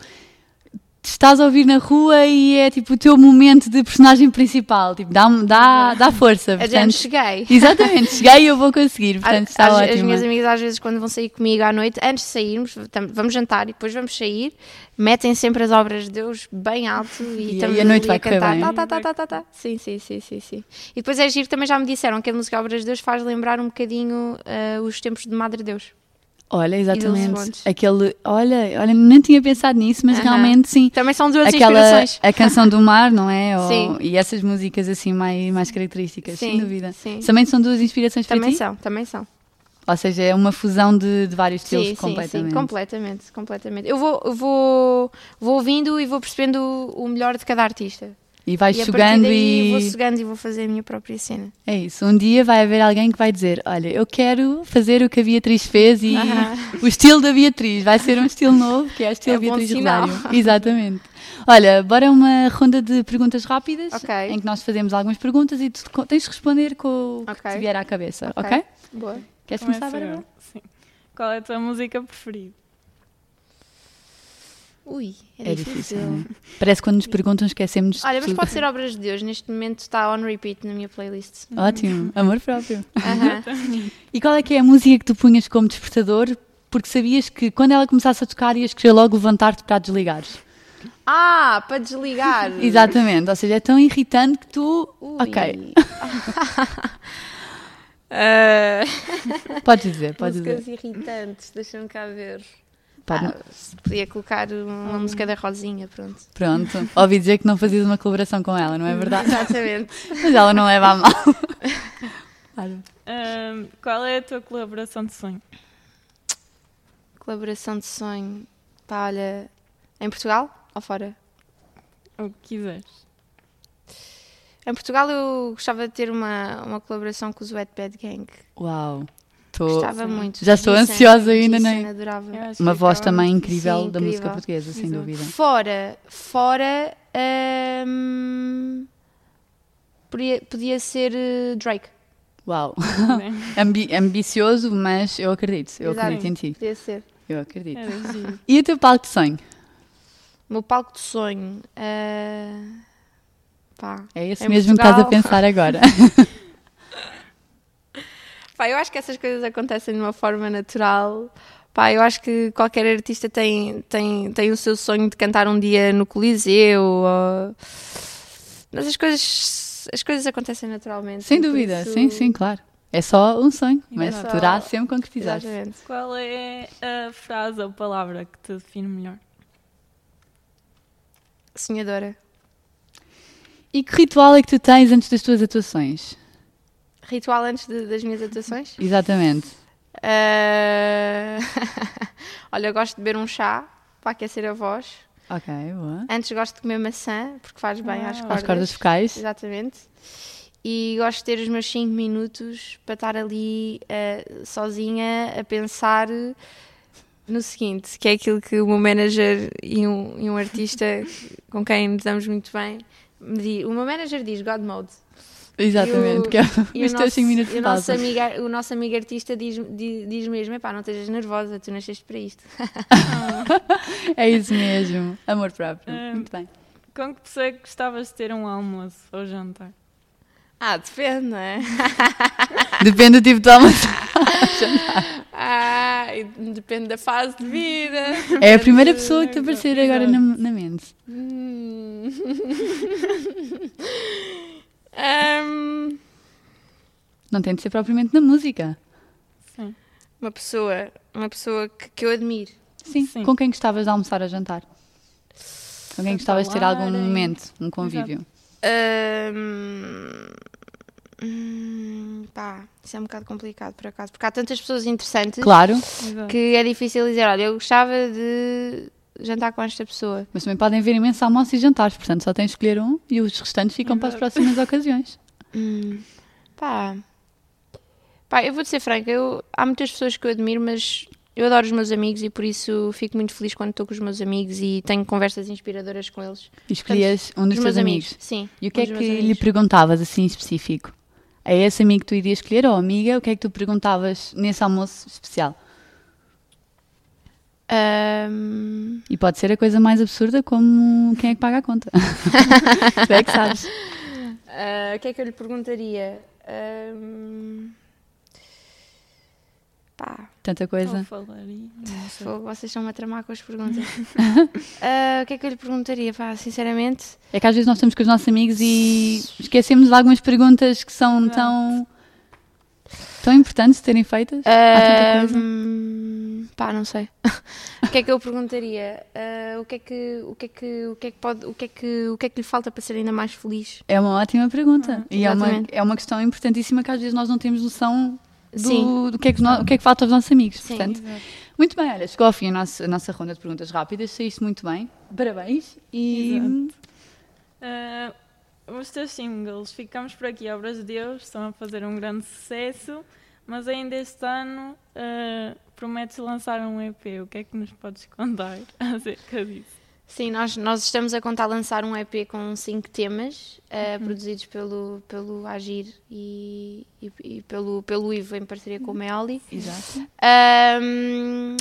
S3: estás a ouvir na rua e é tipo o teu momento de personagem principal, tipo, dá, dá, dá força.
S4: A gente
S3: Portanto,
S4: É cheguei.
S3: exatamente, cheguei e eu vou conseguir,
S4: Às-
S3: portanto está
S4: às- as,
S3: ótimo.
S4: minhas amigas às vezes quando vão sair comigo à noite, antes de sairmos, tam- vamos jantar e depois vamos sair, metem sempre as obras de Deus bem alto
S3: E-
S4: e,
S3: e
S4: estamos
S3: a noite
S4: ali
S3: vai
S4: a cantar.
S3: correr bem.
S4: Tá, tá, tá, tá, tá, tá. Sim, sim, sim, sim, sim. E depois é giro, também já me disseram que a música Obras de Deus faz lembrar um bocadinho ah, os tempos de Madre Deus.
S3: Olha, exatamente.
S4: Fontes.
S3: Aquele, olha, olha, nem tinha pensado nisso, mas
S4: Aham.
S3: realmente sim.
S4: Também são duas
S3: Aquela,
S4: inspirações.
S3: a canção do mar, não é? Ou-
S4: Sim.
S3: E essas músicas assim mais, mais características, sem
S4: Sim,
S3: dúvida.
S4: sim.
S3: Também são duas inspirações para
S4: Também
S3: ti?
S4: são, também são.
S3: Ou seja, é uma fusão de, de vários estilos
S4: Sim, sim,
S3: completamente.
S4: sim, completamente, completamente. Eu vou, eu vou, vou ouvindo e vou percebendo o o melhor de cada artista.
S3: E vais
S4: e a partir
S3: sugando
S4: daí
S3: e.
S4: vou sugando e vou fazer a minha própria cena.
S3: É isso. Um dia vai haver alguém que vai dizer: Olha, eu quero fazer o que a Beatriz fez e o estilo da Beatriz. Vai ser um estilo novo, que é o estilo
S4: Ah. É bom
S3: Beatriz
S4: sinal.
S3: Rosário. Exatamente. Olha, bora uma ronda de perguntas rápidas,
S4: Ok.
S3: em que nós fazemos algumas perguntas e tu co- tens de responder com o que
S4: Ok.
S3: te vier à cabeça, ok?
S4: Ok. Boa.
S3: Queres
S2: Começo
S3: começar,
S2: eu.
S3: Bárbara?
S2: Sim. Qual é a tua música preferida?
S4: Ui, é,
S3: É
S4: difícil.
S3: difícil. não é? Parece que quando nos perguntam, esquecemos de
S4: Olha, mas
S3: tudo.
S4: pode ser obras de Deus. Neste momento está on repeat na minha playlist.
S3: Ótimo, amor próprio.
S4: Uhum. Aham.
S3: E qual é que é a música que tu punhas como despertador? Porque sabias que quando ela começasse a tocar ias querer logo levantar-te para a desligares.
S4: Ah, para desligar.
S3: Exatamente, ou seja, é tão irritante que tu.
S4: Ui.
S3: Ok,
S4: Ah,
S3: podes dizer, podes dizer.
S4: músicas irritantes, deixa-me cá ver.
S3: Pode-
S4: Ah, se podia colocar um- uma
S3: Hum.
S4: música da Rosinha, pronto.
S3: Pronto, ouvi dizer que não fazias uma colaboração com ela, não
S4: Hum.
S3: é verdade?
S4: Exatamente.
S3: Mas ela não leva a mal. Claro.
S2: Ah, Ahm, qual é a tua colaboração de sonho?
S4: Colaboração de sonho. Pá, olha, em Portugal ou fora?
S2: O que quiseres.
S4: Em Portugal eu gostava de ter uma, uma colaboração com os Wetpad Gang.
S3: Uau. Tô-
S4: Gostava muito.
S3: Já estou
S4: Dissem-
S3: ansiosa ainda,
S4: dissem,
S3: não é?
S4: Adorava.
S2: Eu acho
S3: Uma
S2: que
S3: voz
S2: ficava-
S3: também incrível
S4: Sim,
S3: da música
S4: incrível.
S3: portuguesa, sem
S2: Exato.
S3: dúvida.
S4: Fora, fora. hum, podia, podia ser eh, Drake.
S3: Uau.
S2: né?
S3: Ambi- ambicioso, mas eu acredito. Eu
S4: Exato.
S3: acredito em ti.
S4: Podia ser.
S3: Eu
S4: É.
S3: acredito.
S2: Era giro.
S3: E o teu palco de sonho?
S4: O meu palco de sonho. eh, pá.
S3: É esse
S4: Em
S3: mesmo que estás
S4: Portugal.
S3: a pensar agora.
S4: Pá, eu acho que essas coisas acontecem de uma forma natural. Pá, eu acho que qualquer artista tem, tem, tem o seu sonho de cantar um dia no Coliseu. ou- Mas as coisas, as coisas acontecem naturalmente.
S3: sem
S4: por
S3: dúvida.
S4: isso- é
S3: Sim, sim, claro. É só um sonho, mas
S4: só-
S3: poderá um sempre concretizar-se.
S4: Exatamente.
S2: Qual é a frase ou palavra que te define melhor?
S4: Sonhadora.
S3: E que ritual é que tu tens antes das tuas atuações?
S4: Ritual antes de- das minhas atuações?
S3: Exatamente.
S4: Ah, Olha, eu gosto de beber um chá para aquecer a voz.
S3: Ok, boa.
S4: Antes gosto de comer maçã, porque faz bem
S2: Ah.
S4: às
S2: Às
S4: cordas.
S3: As cordas vocais.
S4: Exatamente. E gosto de ter os meus 5 minutos para estar ali ah, sozinha a pensar no seguinte, que é aquilo que o meu manager e um, e um artista com quem nos damos muito bem me diz. O meu manager diz God Mode.
S3: Exatamente.
S4: o-
S3: que é
S4: E
S3: os
S4: o
S3: teus 5
S4: nosso-
S3: minutos
S4: e
S3: de
S4: o nosso
S3: pausa.
S4: amiga- o nosso amigo artista diz, diz, diz mesmo: epá, não estejas nervosa, tu nasceste para isto.
S3: É isso mesmo. Amor próprio.
S4: É.
S2: Ah.
S3: Muito bem.
S2: Com que pessoa é que gostavas de ter um almoço ou jantar?
S4: Ah, depende, não é?
S3: Depende do tipo de almoço.
S4: Ah, e depende da fase de vida.
S3: É a
S4: depende-
S3: primeira pessoa que te aparecer agora na, na mente.
S4: Hum. Ahm,
S3: Não tem de ser propriamente na música.
S2: Sim.
S4: uma pessoa, uma pessoa que, que eu admiro.
S3: Sim.
S2: Sim.
S3: Com quem gostavas de almoçar ou jantar? Com quem gostavas de ter algum
S2: falarem.
S3: momento, um convívio.
S4: Ahm, hum, pá, isso é um bocado complicado por acaso, porque há tantas pessoas interessantes
S3: Claro,
S2: Exato.
S4: que é difícil dizer, olha, eu gostava de jantar com esta pessoa.
S3: mas também podem haver imensos almoços e jantares, portanto só tens de escolher um e os restantes ficam para as próximas ocasiões.
S4: Hum, pá. Pá, eu vou ser franca, eu, há muitas pessoas que eu admiro, mas eu adoro os meus amigos e por isso fico muito feliz quando estou com os meus amigos e tenho conversas inspiradoras com eles.
S3: E escolhias um dos
S4: os
S3: teus
S4: meus
S3: amigos.
S4: Sim.
S3: E o que
S4: um
S3: é
S4: dos
S3: que
S4: meus
S3: lhe
S4: amigos.
S3: perguntavas assim em específico? A esse amigo que tu irias escolher ou amiga, o que é que tu perguntavas nesse almoço especial?
S4: Ahm,
S3: E pode ser a coisa mais absurda como quem é que paga a conta. tu é que sabes.
S4: ah, o que é que eu lhe perguntaria? Ahm, pá,
S3: Tanta
S2: Ou
S3: coisa.
S2: falaria?
S4: fogo, vocês estão-me a tramar com as perguntas. Ah, o que é que eu lhe perguntaria? Pá, sinceramente.
S3: É que às vezes nós estamos com os nossos amigos e esquecemos de algumas perguntas que são tão, tão importantes de terem feitas. Há tanta coisa.
S4: Ahm, Ah, hum, pá, não sei. o que é que eu perguntaria? Ah, o que é que o que é que o que é que pode o que é que o que é que lhe falta para ser ainda mais feliz?
S3: É uma ótima pergunta. e é uma,
S4: Uhum, exatamente.
S3: é uma questão importantíssima que às vezes nós não temos noção
S4: Sim.
S3: do, do que, é que no- o que é que falta aos nossos amigos.
S4: Sim.
S3: Portanto, muito bem, olha, chegou ao fim a nossa, a nossa ronda de perguntas rápidas, saíste muito bem. Parabéns. E
S2: Ah, os teus singles, Ficamos por aqui, Obras de Deus, estão a fazer um grande sucesso, mas ainda este ano ah, prometes lançar um EP. O que é que nos podes contar acerca disso?
S4: Sim, nós nós estamos a contar lançar um EP com cinco temas ah,
S3: Uhum.
S4: produzidos pelo pelo Agir e, e- e pelo pelo Ivo em parceria com o Meoli.
S3: Exato.
S4: Ahm,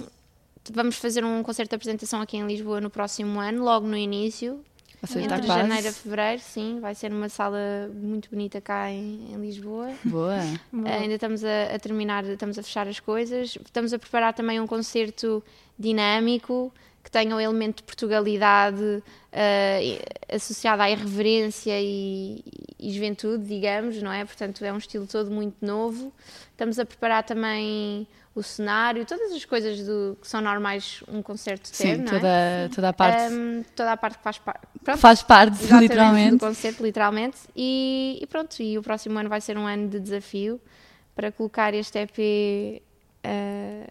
S4: vamos fazer um concerto de apresentação aqui em Lisboa no próximo ano, logo no início,
S3: Ou seja, está
S4: Entre
S3: quase.
S4: janeiro a fevereiro, sim, vai ser numa sala muito bonita cá em, em Lisboa.
S3: Boa.
S4: Eh, Ainda estamos a, a terminar, estamos a fechar as coisas. Estamos a preparar também um concerto dinâmico que tenha o elemento de Portugalidade eh, e- associado à irreverência e, e juventude, digamos, não é? Portanto, é um estilo todo muito novo. Estamos a preparar também o cenário, todas as coisas do, que são normais um concerto ter,
S3: Sim,
S4: não é?
S3: toda, toda a parte.
S4: Ahm, toda a parte que faz parte.
S3: Faz parte,
S4: Exatamente, do
S3: literalmente.
S4: concerto, literalmente. E, e pronto, e o próximo ano vai ser um ano de desafio para colocar este EP eh,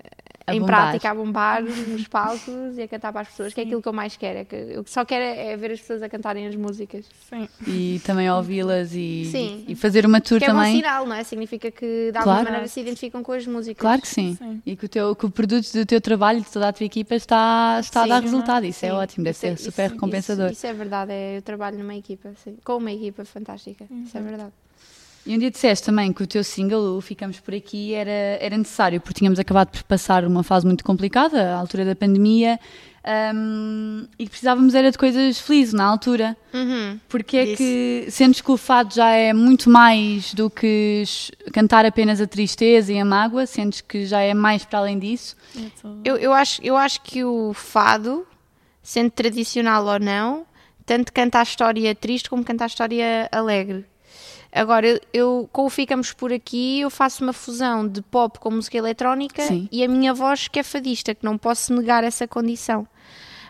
S3: A
S4: em
S3: bombar.
S4: prática, a bombar nos palcos e a cantar para as pessoas, que é aquilo que eu mais quero. É que eu só quero é é ver as pessoas a cantarem as músicas.
S2: Sim.
S3: E também ouvi-las e,
S4: Sim.
S3: e fazer uma tour
S4: Que é bom
S3: também.
S4: sinal, não é? Significa que de
S3: Claro.
S4: alguma maneira se identificam com as músicas.
S3: Claro que sim.
S2: Sim.
S3: E que o, teu, que o produto do teu trabalho, de toda a tua equipa, está, está a
S4: Sim,
S3: dar
S4: não é?
S3: resultado. Isso é
S4: Sim.
S3: ótimo, deve
S4: Isso é-
S3: ser
S4: isso-
S3: super
S4: isso-
S3: recompensador.
S4: Isso, é verdade, é, eu trabalho numa equipa, sim, com uma equipa fantástica, isso é verdade.
S3: E um dia disseste também que o teu single, o Ficamos Por Aqui, era, era necessário, porque tínhamos acabado por passar uma fase muito complicada, à altura da pandemia, hum, e que precisávamos era de coisas felizes na altura. Porque é
S4: Uhum. Disse.
S3: que sentes que o fado já é muito mais do que es- cantar apenas a tristeza e a mágoa, sentes que já é mais para além disso.
S2: Eu tô-
S4: Eu, eu, acho, eu acho que o fado, sendo tradicional ou não, tanto canta a história triste como canta a história alegre. Agora, eu, eu com o Ficamos Por Aqui, eu faço uma fusão de pop com música eletrónica
S3: Sim.
S4: e a minha voz que é fadista, que não posso negar essa condição.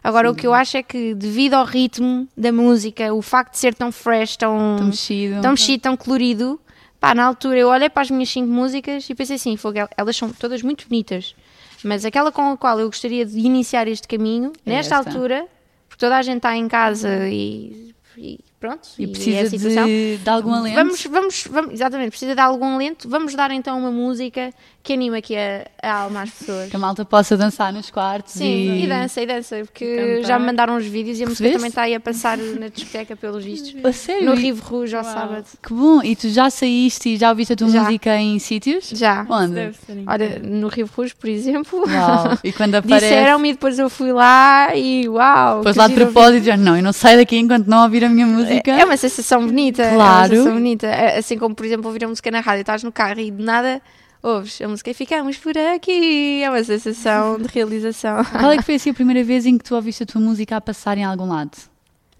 S4: Agora, o que eu acho é que, devido ao ritmo da música, o facto de ser tão fresh,
S3: Tão mexido.
S4: Uhum. tão mexido, tão colorido. Pá, na altura eu olhei para as minhas cinco músicas e pensei assim, fogo, el- elas são todas muito bonitas, mas aquela com a qual eu gostaria de iniciar este caminho,
S3: É
S4: nesta
S3: esta.
S4: altura, porque toda a gente está em casa e, e pronto,
S3: e
S4: é a
S3: precisa
S4: situação.
S3: de, de algum alento.
S4: Vamos, vamos, vamos, exatamente, precisa de algum alento. Vamos dar então uma música que anima aqui a, a alma às pessoas.
S3: Que a malta possa dançar nos quartos
S4: Sim,
S3: e...
S4: e dança, e dança, porque
S2: cantar.
S4: já me mandaram os vídeos e a música
S3: Recebeste?
S4: também está aí a passar na discoteca, pelos vistos.
S3: A sério?
S4: No
S3: E-
S4: Rivo Rouge ao
S2: Uau.
S4: sábado.
S3: Que bom! E tu já saíste e já ouviste a tua
S4: Já.
S3: música em sítios?
S4: Já.
S3: Onde?
S2: Deve ser incrível.
S4: Olha, no Rio Rouge, por exemplo,
S3: Uau! E quando aparece...
S4: disseram-me e depois eu fui lá e uau!
S3: Depois
S4: que
S3: lá de
S4: giro ouvir.
S3: propósito, já, não, eu não saio daqui enquanto não ouvir a minha música.
S4: É uma sensação bonita. é uma
S3: Claro.
S4: sensação bonita. É, Assim como, por exemplo, ouvir a música na rádio, estás no carro e de nada ouves a música e ficamos por aqui. É uma sensação de realização.
S3: Qual é que foi assim a primeira vez em que tu ouviste a tua música a passar em algum lado?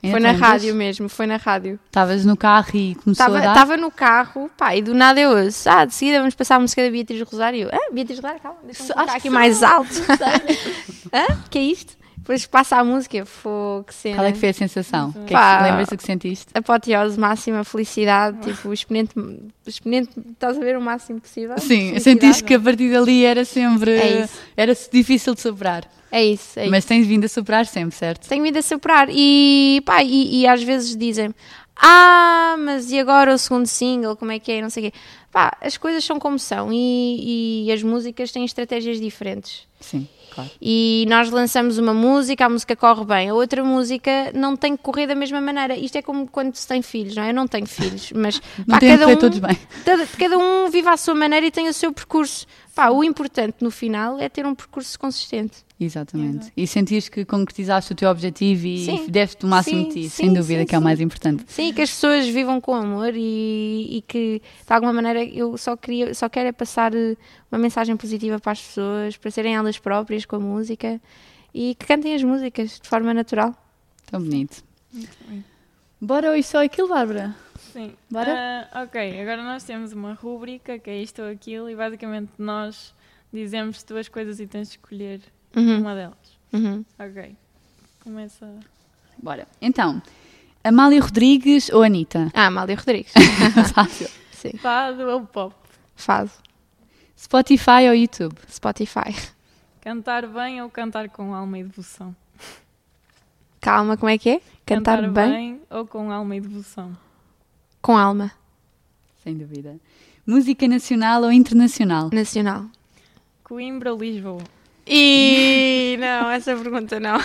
S3: Ainda
S4: Foi na
S3: te lembras?
S4: rádio mesmo, foi na rádio.
S3: Estavas no carro e começou a dar?
S4: Estava no carro, pá, e do nada eu ouço, ah, de seguida vamos passar a música da Beatriz Rosário. Eu, Ah, Beatriz Rosário, calma, deixa-me
S3: Acho
S4: colocar
S3: que
S4: aqui
S3: sou.
S4: mais alto. Hã? Que é isto? Depois passa a música, fogo, que cena.
S3: Qual é que foi a sensação? Que é que,
S4: Uhum. Pá.
S3: lembras do que sentiste?
S4: apoteose, máxima felicidade, tipo, exponente, exponente, estás a ver o máximo possível. de
S3: Sim,
S4: felicidade.
S3: sentiste que a partir dali era sempre...
S4: É isso.
S3: Era difícil de superar.
S4: É isso, é isso.
S3: Mas tens vindo a superar sempre, certo?
S4: Tenho vindo a superar e, pá, e, e às vezes dizem ah, mas e agora o segundo single, como é que é, não sei o quê. Pá, as coisas são como são e, e as músicas têm estratégias diferentes.
S3: Sim, claro.
S4: E nós lançamos uma música, a música corre bem, a outra música não tem que correr da mesma maneira. Isto é como quando se tem filhos, não é? Eu não tenho filhos, mas
S3: Não
S4: pá,
S3: tem que
S4: cada
S3: correr
S4: um,
S3: todos bem.
S4: Cada, cada um vive à sua maneira e tem o seu percurso. Pá, o importante no final é ter um percurso consistente.
S3: Exatamente. E sentires que concretizaste o teu objetivo e
S4: Sim.
S3: deste o máximo
S4: Sim,
S3: de ti,
S4: sim,
S3: sem dúvida,
S4: sim,
S3: que é o
S4: sim.
S3: mais importante.
S4: Sim, que as pessoas vivam com amor e, e que de alguma maneira eu só queria, só quero é passar eh, uma mensagem positiva para as pessoas, para serem elas próprias com a música e que cantem as músicas de forma natural.
S3: Tão bonito.
S2: bem.
S3: Bora ou isso ou aquilo, Bárbara?
S2: Sim.
S3: Bora?
S2: Ah, ok, agora nós temos uma rúbrica que é isto ou aquilo e basicamente nós dizemos duas coisas e tens de escolher
S4: Hum.
S2: uma delas.
S4: Uhum.
S2: Ok. Começa.
S3: Bora. Então, Amália Rodrigues ou Anitta?
S4: Ah, Amália Rodrigues.
S3: Fácil.
S4: Sim,
S2: Fado ou pop?
S4: faz.
S3: Spotify ou YouTube?
S4: Spotify.
S2: Cantar bem ou cantar com alma e devoção?
S4: Calma, como é que é? Cantar, bem,
S2: ou com alma e devoção?
S4: com alma.
S3: Sem dúvida. Música nacional ou internacional?
S4: Nacional.
S2: Coimbra ou Lisboa?
S4: E não, essa pergunta não.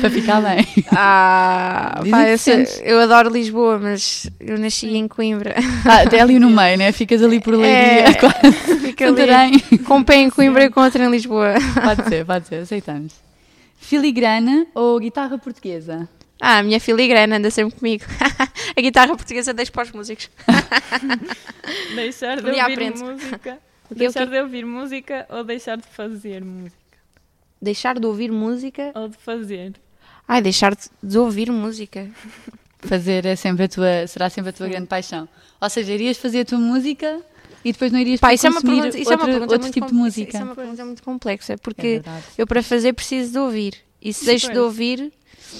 S3: Para ficar bem.
S4: Ah,
S3: Dizem
S4: pá,
S3: que
S4: eu, sei-
S3: sentes.
S4: eu adoro Lisboa, mas eu nasci em Coimbra.
S3: Ah, até ali no meio, né? Ficas ali por Leiria,
S4: É,
S3: quase.
S4: Fica ali,
S3: Santarém.
S4: com um pé em Coimbra e com outro em Lisboa.
S3: Pode ser, pode ser, aceitamos. Filigrana ou guitarra portuguesa?
S4: Ah, a minha filigrana anda sempre comigo. A guitarra portuguesa deixo para os músicos.
S2: Deixar de
S4: Ali
S2: ouvir
S4: aprende.
S2: música?
S4: O quê, o
S2: Deixar
S4: quê?
S2: de ouvir música ou deixar de fazer música?
S4: Deixar de ouvir música.
S2: Ou de fazer?
S4: Ai, deixar de- de ouvir música.
S3: Fazer é sempre a tua, será sempre a tua grande paixão. Ou seja, irias fazer a tua música e depois não irias
S4: Pá,
S3: para
S4: isso é uma
S3: consumir
S4: pergunta, isso é uma
S3: outro,
S4: pergunta
S3: outro
S4: muito
S3: tipo de
S4: com-
S3: música.
S4: Isso é uma pergunta muito complexa,
S3: É
S4: porque
S3: verdade.
S4: eu para fazer preciso de ouvir. E se deixo de
S2: Pois.
S4: ouvir,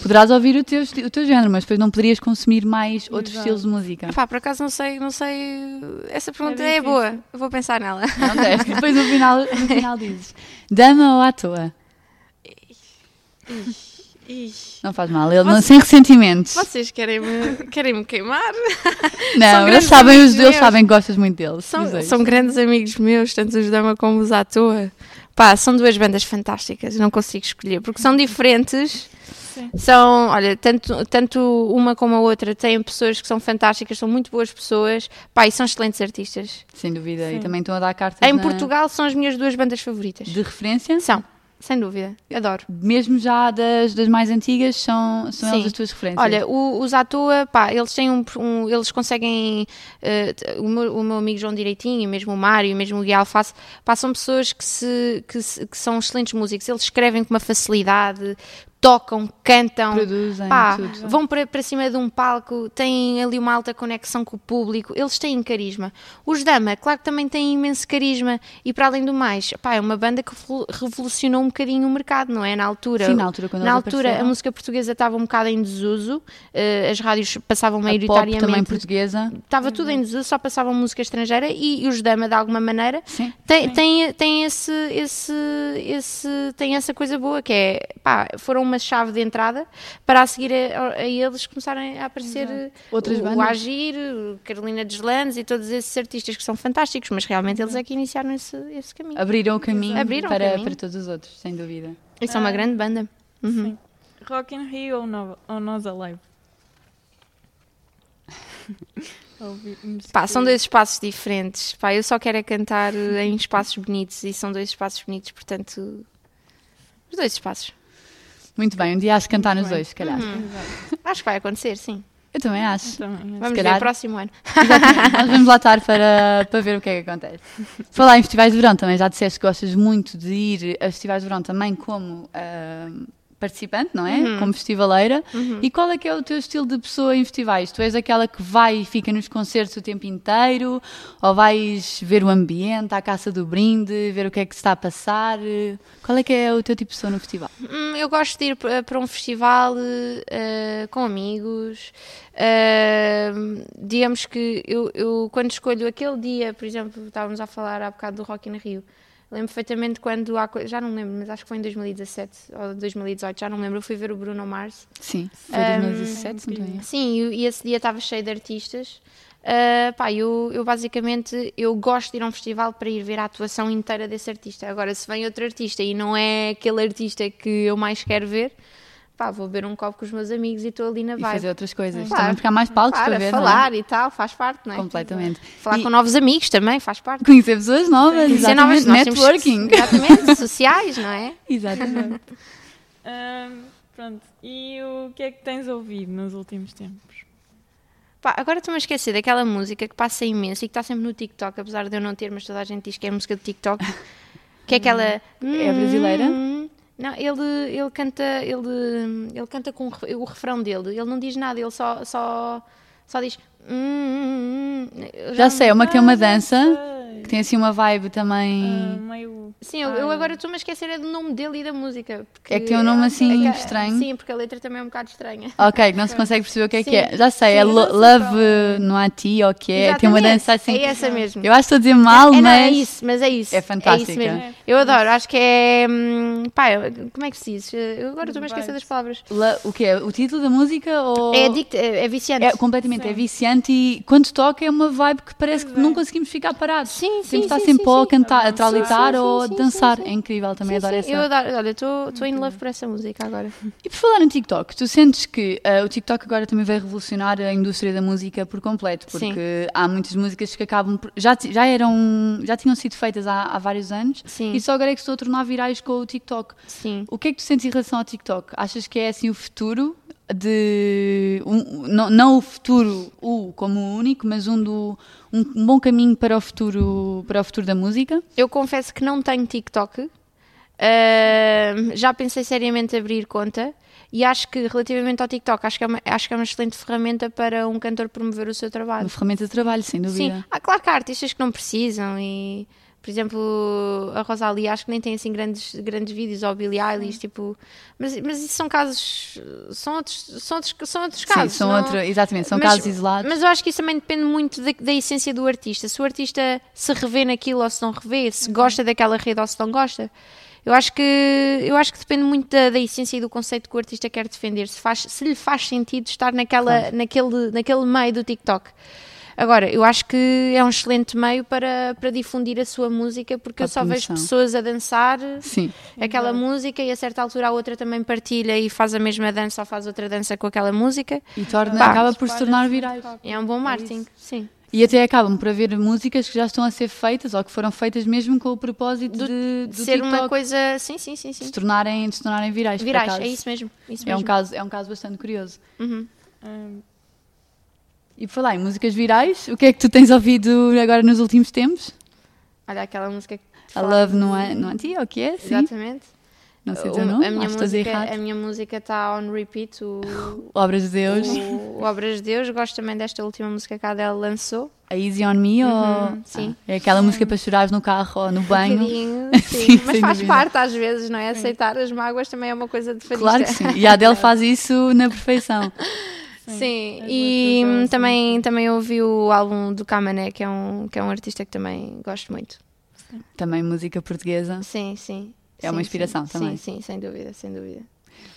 S3: Poderás ouvir o teu, esti- o teu género, mas depois não poderias consumir mais outros
S2: Exato.
S3: estilos de música.
S4: Pá, por acaso não sei, não sei. Essa pergunta
S2: É
S4: é,
S2: difícil.
S4: boa. Eu vou pensar nela.
S3: Não deste. Depois no final, no final dizes: dama ou à toa?
S4: Ih,
S3: Não faz mal, ele não, sem ressentimentos.
S4: Vocês querem me, querem -me queimar? são
S3: não, eles
S4: grandes
S3: sabem,
S4: amigos
S3: os deles
S4: meus.
S3: sabem que gostas muito deles. os
S4: São,
S3: dois.
S4: são grandes amigos meus, tanto os Dama como os à toa. Pá, são duas bandas fantásticas, eu não consigo escolher, porque são diferentes. São, olha, tanto, tanto uma como a outra têm pessoas que são fantásticas, são muito boas pessoas, pá, e são excelentes artistas.
S3: Sem dúvida, e
S2: Sim.
S3: também estão a dar cartas
S4: em
S3: na-
S4: Portugal são as minhas duas bandas favoritas.
S3: de referência.
S4: São, sem dúvida, adoro.
S3: Mesmo já das, das mais antigas, são, são
S4: Sim.
S3: elas as tuas referências.
S4: Olha, o- os à toa, pá, eles têm um, um- eles conseguem, eh, t- o, meu, o meu amigo João Direitinho, e mesmo o Mário, e mesmo o Gui Alface, pá, são pessoas que, se, que, se- que são excelentes músicos, eles escrevem com uma facilidade, tocam,
S3: Ah,
S4: cantam,
S3: produzem
S4: pá,
S3: tudo.
S4: vão para, para cima de um palco, têm ali uma alta conexão com o público, eles têm carisma. Os Dama, claro que também têm imenso carisma, e para além do mais, pá, é uma banda que revolu- revolucionou um bocadinho o mercado, não é? Na altura.
S3: Sim, na altura, quando
S4: Na
S3: eles
S4: altura, a
S3: apareceram.
S4: música portuguesa estava um bocado em desuso, eh, as rádios passavam
S3: A pop também Uhum.
S4: maioritariamente.
S3: portuguesa.
S4: Estava tudo em desuso, só passavam música estrangeira e, e os Dama, de alguma maneira,
S3: Sim.
S4: têm tem, tem esse, esse, esse, tem essa coisa boa que é, pá, foram uma chave de entrada para a seguir a, a eles começarem a aparecer eh,
S3: Outras
S4: o, o
S3: bandas.
S4: Agir, o Carolina Deslandes e todos esses artistas que são fantásticos, mas realmente eles é que iniciaram esse, esse caminho.
S3: Abriram o caminho,
S4: Abriram o
S3: para,
S4: caminho.
S3: para todos os outros, sem dúvida.
S4: E são uma grande banda. Uhum.
S2: Sim. Rock in Rio ou, no, ou Nós Alive? Ouvimos
S4: Pá,
S2: que-
S4: são dois espaços diferentes. Pá, eu só quero é cantar eh, em espaços bonitos e são dois espaços bonitos, portanto. Os dois espaços.
S3: Muito bem, Uhum. um dia has de cantar nos dois, se calhar.
S4: Acho que vai acontecer, sim.
S3: Eu também acho.
S2: Também, é
S4: Vamos
S3: calhar.
S4: ver próximo ano.
S3: Nós vamos lá estar para, para ver o que é que acontece. Falar em festivais de verão também, já disseste que gostas muito de ir a festivais de verão também como ahm, participante, não é?
S4: Uhum.
S3: Como festivaleira. E qual é que é o teu estilo de pessoa em festivais? Tu és aquela que vai e fica nos concertos o tempo inteiro? Ou vais ver o ambiente, à caça do brinde, ver o que é que se está a passar? Qual é que é o teu tipo de pessoa no festival?
S4: Hum, eu gosto de ir pa- para um festival eh, com amigos. Eh, digamos que eu, eu, quando escolho aquele dia, por exemplo, estávamos a falar há bocado do Rock in Rio. Lembro perfeitamente quando há, co- já não lembro, mas acho que foi em 2017 ou 2018, já não lembro. Eu fui ver o Bruno Mars.
S3: Sim, foi 2017,
S4: Hum,
S3: se não estou em erro.
S4: Sim, e e esse dia estava cheio de artistas. Ah, pá, eu, eu basicamente eu gosto de ir a um festival para ir ver a atuação inteira desse artista. Agora, se vem outro artista e não é aquele artista que eu mais quero ver, pá, vou beber um copo com os meus amigos e estou ali na
S3: é? E
S4: vibe.
S3: fazer outras coisas.
S4: Claro.
S3: Também porque há mais palcos
S4: Claro,
S3: para
S4: a
S3: ver, não é?
S4: falar e tal, faz parte, não é?
S3: Completamente.
S4: Falar
S3: E-
S4: com novos amigos também faz parte.
S3: Conhecer pessoas novas,
S4: Conhecer
S3: exatamente.
S4: novas- nós temos-
S3: Networking.
S4: exatamente, sociais, não é?
S3: Exatamente.
S2: Ahm, pronto, e o que é que tens ouvido nos últimos tempos?
S4: Pá, agora estou-me a esquecer daquela música que passa imenso e que está sempre no TikTok, apesar de eu não ter, mas toda a gente diz que é música de TikTok. Que é aquela. É
S3: brasileira?
S4: Não, ele, ele canta, ele, ele canta com o re- o refrão dele. Ele não diz nada, ele só, só, só diz. "Hum, hum, hum". Eu
S3: Já sei, é uma que é uma dança
S2: Sei.
S3: que tem assim uma vibe
S2: Ah,
S3: também.
S2: meio.
S4: Sim, eu, eu agora estou-me a esquecer é do nome dele e da música. Porque
S3: É que tem um nome assim
S4: é que-
S3: estranho.
S4: Sim, porque a letra também é um bocado estranha.
S3: Ok, que não se consegue perceber o que é que
S4: Sim.
S3: é. Já sei, é
S4: Sim,
S3: lo-
S4: dança
S3: Love não há ti ou o que é. Tem uma
S4: é. Exatamente,
S3: dança assim.
S4: É essa mesmo.
S3: Eu acho que estou a dizer mal,
S4: É, não, é
S3: mas.
S4: isso, mas é isso.
S3: É fantástica.
S4: É isso mesmo.
S2: É.
S4: Eu adoro, acho que é. hum, Pá, eu- como é que se diz? Eu agora estou-me a esquecer das palavras.
S3: La- O que é? O título da música ou.
S4: É adicto, é, é viciante.
S3: Oh. É, completamente, é viciante e quando toca é uma vibe que parece que não conseguimos ficar parados.
S4: é. Sim,
S3: Temos
S4: sim,
S3: de estar
S4: sim,
S3: sempre
S4: sim,
S3: ou a
S4: sim.
S3: cantar, a
S2: Avançar.
S3: tralitar
S4: Sim, sim,
S3: ou a
S4: sim, sim,
S3: dançar.
S4: sim.
S3: É incrível, também
S4: Sim,
S3: adoro
S4: sim,
S3: essa.
S4: Eu adoro, olha, estou em love por essa música agora.
S3: E por falar em TikTok, tu sentes que ah, o TikTok agora também vai revolucionar a indústria da música por completo, porque há muitas músicas que acabam por, já ti- já eram já tinham sido feitas há, há vários anos
S4: Sim.
S3: e só agora é que se estão a tornar virais com o TikTok.
S4: Sim.
S3: O que é que tu sentes em relação ao TikTok? Achas que é assim o futuro de um- não, não o futuro o como o único, mas um do um bom caminho para o futuro para o futuro da música?
S4: Eu confesso que não tenho TikTok. Ahm, já pensei seriamente em abrir conta e acho que relativamente ao TikTok acho que, é uma, acho que é uma excelente ferramenta para um cantor promover o seu trabalho.
S3: Uma ferramenta de trabalho, sem dúvida.
S4: Sim, há, claro que há artistas que não precisam e Por exemplo, a Rosalie, acho que nem tem assim grandes, grandes vídeos, ou Billie
S3: Hum.
S4: Eilish, tipo. Mas, mas isso são casos. São outros, são outros, são outros casos.
S3: Sim, são
S4: não-
S3: outro, exatamente, são
S4: mas-
S3: casos isolados.
S4: Mas eu acho que isso também depende muito da, da essência do artista. Se o artista se revê naquilo ou se não revê,
S3: Uhum.
S4: se gosta daquela rede ou se não gosta. Eu acho que, eu acho que depende muito da, da essência e do conceito que o artista quer defender. Se, faz, se lhe faz sentido estar naquela, naquele, naquele meio do TikTok. Agora, eu acho que é um excelente meio para, para difundir a sua música, porque
S3: Para
S4: eu só vejo
S3: promoção.
S4: pessoas a dançar
S3: Sim,
S4: aquela música e a certa altura a outra também partilha e faz a mesma dança ou faz outra dança com aquela música.
S3: e torna,
S4: Pá.
S3: acaba por se
S2: assim
S3: tornar virais.
S4: É um bom marketing, sim.
S3: E até acabam por haver músicas que já estão a ser feitas ou que foram feitas mesmo com o propósito
S4: Do-
S3: de, do
S4: ser
S3: TikTok,
S4: uma coisa. Sim, sim, sim,
S3: de,
S4: sim.
S3: se tornarem, de se tornarem virais. por
S4: Virais,
S3: acaso.
S4: é isso mesmo. Isso
S3: É um,
S4: mesmo. Uhum.
S3: caso, é um caso bastante curioso.
S2: Hum,
S3: E por falar em músicas virais, o que é que tu tens ouvido agora nos últimos tempos?
S4: Olha aquela música que tu
S3: A
S4: falas.
S3: Love no, An- no Anti, ou o que é? Sim.
S4: Exatamente.
S3: Não sei o
S4: O-
S3: teu nome,
S4: a,
S3: acho que
S4: minha
S3: estás
S4: música, é a
S3: errado.
S4: minha música está on repeat. O,
S3: Obras de Deus.
S4: o Obras de Deus. Gosto também desta última música que a Adele lançou.
S3: A Easy on Me ou.
S4: Uhum, sim.
S3: Ah, é aquela música para chorares no carro ou no
S4: Um
S3: banho.
S4: bocadinho, sim.
S3: Sim,
S4: Mas
S3: sem
S4: faz
S3: dúvida.
S4: parte às vezes, não é? Aceitar as mágoas também é uma coisa de fadista.
S3: Claro que sim. E a Adele faz isso na perfeição.
S4: Sim,
S3: É
S2: as letras
S4: e hum,
S2: são
S4: também, também ouvi o álbum do Kamané, que é um, que é um artista que também gosto muito.
S3: Também música portuguesa.
S4: Sim, sim.
S3: É uma
S4: Sim,
S3: inspiração
S4: sim,
S3: também. Assim,
S4: Sim, sim, sem dúvida, sem dúvida.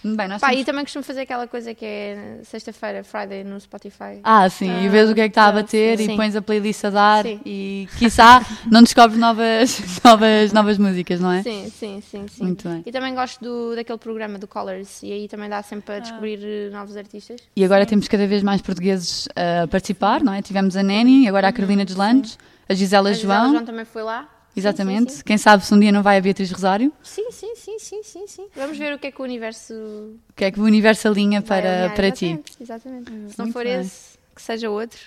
S3: Bem, nós
S4: Pá,
S3: temos-
S4: e também costumo fazer aquela coisa que é sexta-feira, Friday, no Spotify.
S3: Ah, sim, e vês o que é que está a bater
S4: ah, sim.
S3: e pões a playlist a dar
S4: Sim.
S3: e quiçá não descobres novas, novas, novas músicas, não é?
S4: Sim, sim, sim, sim.
S3: Muito bem.
S4: E também gosto do, daquele programa do Colors, e aí também dá sempre
S3: Ah.
S4: para descobrir eh, novos artistas.
S3: E agora temos cada vez mais portugueses a participar, não é? Tivemos a Neni, agora a Carolina Deslandes, a Gisela,
S4: Uhum. A Gisela
S3: João,
S4: João também foi lá. Sim,
S3: exatamente. Quem sabe se um dia não vai a Beatriz Rosário?
S4: Sim sim sim. sim, sim, sim, sim. Vamos ver o que é que o universo
S3: O que é que o universo alinha
S4: vai
S3: para,
S4: alinhar.
S3: para ti? Hum,
S4: Exatamente, Exatamente. Se não
S3: Muito
S4: for
S3: bem.
S4: esse, que seja outro.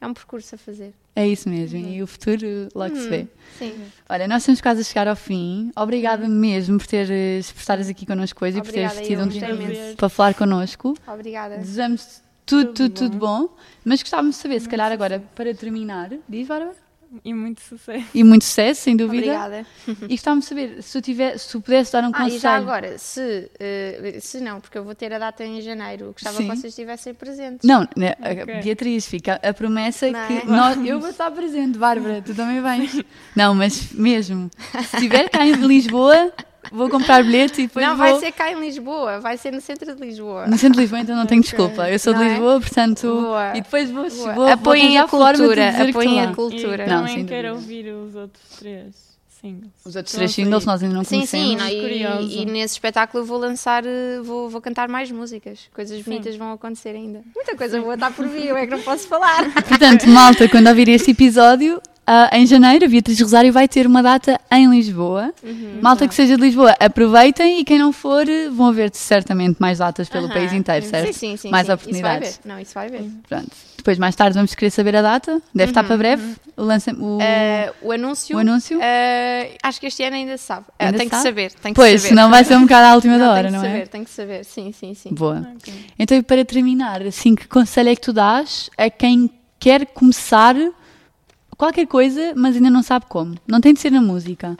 S4: É um percurso a fazer.
S3: É isso mesmo, e
S4: Uhum.
S3: o futuro logo se
S4: Hum.
S3: vê.
S4: Sim.
S3: Olha, nós estamos quase a chegar ao fim. Obrigada mesmo por teres por estares aqui connosco hoje e por
S4: Uhum. Obrigada,
S3: teres
S4: eu
S3: tido um
S4: gostei
S3: tempo
S2: imenso.
S3: para falar connosco.
S4: Obrigada.
S3: Desejamos tudo, tudo, tudo, bom. Mas gostávamos de saber, se calhar agora, para terminar, diz Bárbara?
S2: E muito sucesso.
S3: E muito sucesso, sem dúvida.
S4: Obrigada.
S3: E gostávamos de saber, se tu, tiver, se tu pudesse dar um
S4: Ah,
S3: conselho.
S4: e já agora, se, eh, se não, porque eu vou ter a data em janeiro, gostava
S3: Sim.
S4: que vocês estivessem presentes.
S3: Não, né, a-
S2: Ok.
S3: Beatriz, fica a promessa
S4: Não
S3: que
S4: é?
S3: nós- eu vou estar presente, Bárbara, tu também vais. Não, mas mesmo, se estiver cá em Lisboa, vou comprar bilhete e depois
S4: não
S3: vou...
S4: vai ser cá em Lisboa, vai ser no centro de Lisboa.
S3: No centro de Lisboa, então não tenho desculpa. Eu sou de
S4: Não é?
S3: Lisboa, portanto.
S4: Boa.
S3: E depois vou,
S4: Boa.
S3: vou
S4: apoiem
S3: vou
S4: a
S3: arranjar forma de
S4: cultura,
S3: dizer que estou
S4: apoiem a
S3: lá.
S2: E
S4: cultura.
S3: Não, sem
S2: também quero
S3: dúvida.
S2: ouvir os outros três singles.
S3: Os outros
S2: Estão
S3: três
S2: a sair.
S3: singles nós ainda não
S4: Sim,
S3: conhecemos.
S4: sim, não, e,
S2: Curioso.
S4: e nesse espetáculo eu vou lançar, eh, vou, vou cantar mais músicas, coisas bonitas vão acontecer ainda. Muita coisa boa está por vir, eu é que não posso falar.
S3: Portanto, malta, quando ouvir este episódio, ah, em janeiro, a Beatriz Rosário vai ter uma data em Lisboa.
S4: Uhum,
S3: Malta que seja de Lisboa, aproveitem e quem não for, vão haver certamente mais datas pelo país
S4: Aham.
S3: inteiro, certo?
S4: Sim, sim, sim.
S3: mais
S4: sim.
S3: oportunidades.
S4: Isso vai ver. Não, isso vai ver.
S3: Pronto. Depois, mais tarde, vamos querer saber a data. Deve estar para breve. O, lance, o,
S4: Uhum, Eh, o anúncio.
S3: o anúncio.
S4: eh, acho que este ano ainda se sabe. Eh,
S3: Ainda
S4: tem
S3: sabe?
S4: que saber, tem que
S3: pois,
S4: saber.
S3: senão vai ser um bocado à última
S4: Não,
S3: da hora,
S4: tem que
S3: não
S4: saber,
S3: é?
S4: tem que saber. Sim, sim, sim.
S3: Boa.
S2: Ok.
S3: Então, e para terminar, assim, que conselho é que tu dás a quem quer começar qualquer coisa, mas ainda não sabe como? Não tem de ser na música.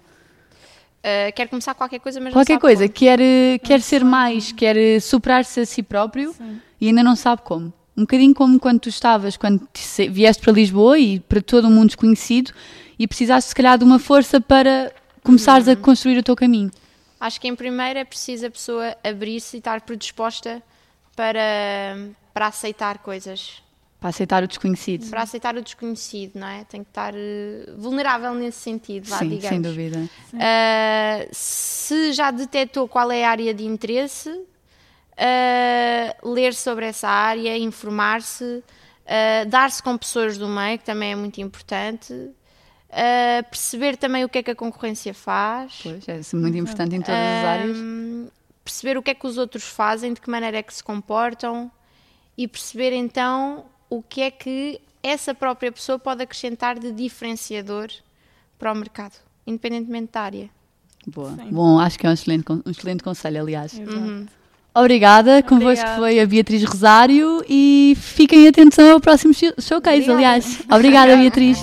S4: Eh, quero começar qualquer coisa, mas não
S3: qualquer
S4: sabe
S3: coisa,
S4: como.
S3: quer, eh, quer ser mais, quer eh, superar-se a si próprio e ainda não sabe como. Um bocadinho como quando tu estavas, quando te se- vieste para Lisboa e para todo o mundo desconhecido e precisaste, se calhar, de uma força para começares
S4: Uhum.
S3: a construir o teu caminho.
S4: Acho que em primeiro é preciso a pessoa abrir-se e estar predisposta para, para aceitar coisas.
S3: Para aceitar o desconhecido.
S4: Para aceitar o desconhecido, não é? Tem que estar eh, vulnerável nesse sentido, vá,
S3: Sim,
S4: digamos.
S3: sem dúvida.
S4: Uh, se já detectou qual é a área de interesse, uh, ler sobre essa área, informar-se, uh, dar-se com pessoas do meio, que também é muito importante, uh, perceber também o que é que a concorrência faz,
S3: Pois, é muito importante em todas as áreas.
S4: um, perceber o que é que os outros fazem, de que maneira é que se comportam e perceber então o que é que essa própria pessoa pode acrescentar de diferenciador para o mercado, independentemente da área.
S3: Boa.
S2: Sim.
S3: Bom, acho que é um excelente, con- um excelente conselho, aliás.
S2: Exato.
S3: Obrigada, convosco
S2: Obrigada.
S3: foi a Beatriz Rosário e fiquem atentos ao próximo show- showcase,
S4: Obrigada.
S3: aliás. Obrigada, Beatriz.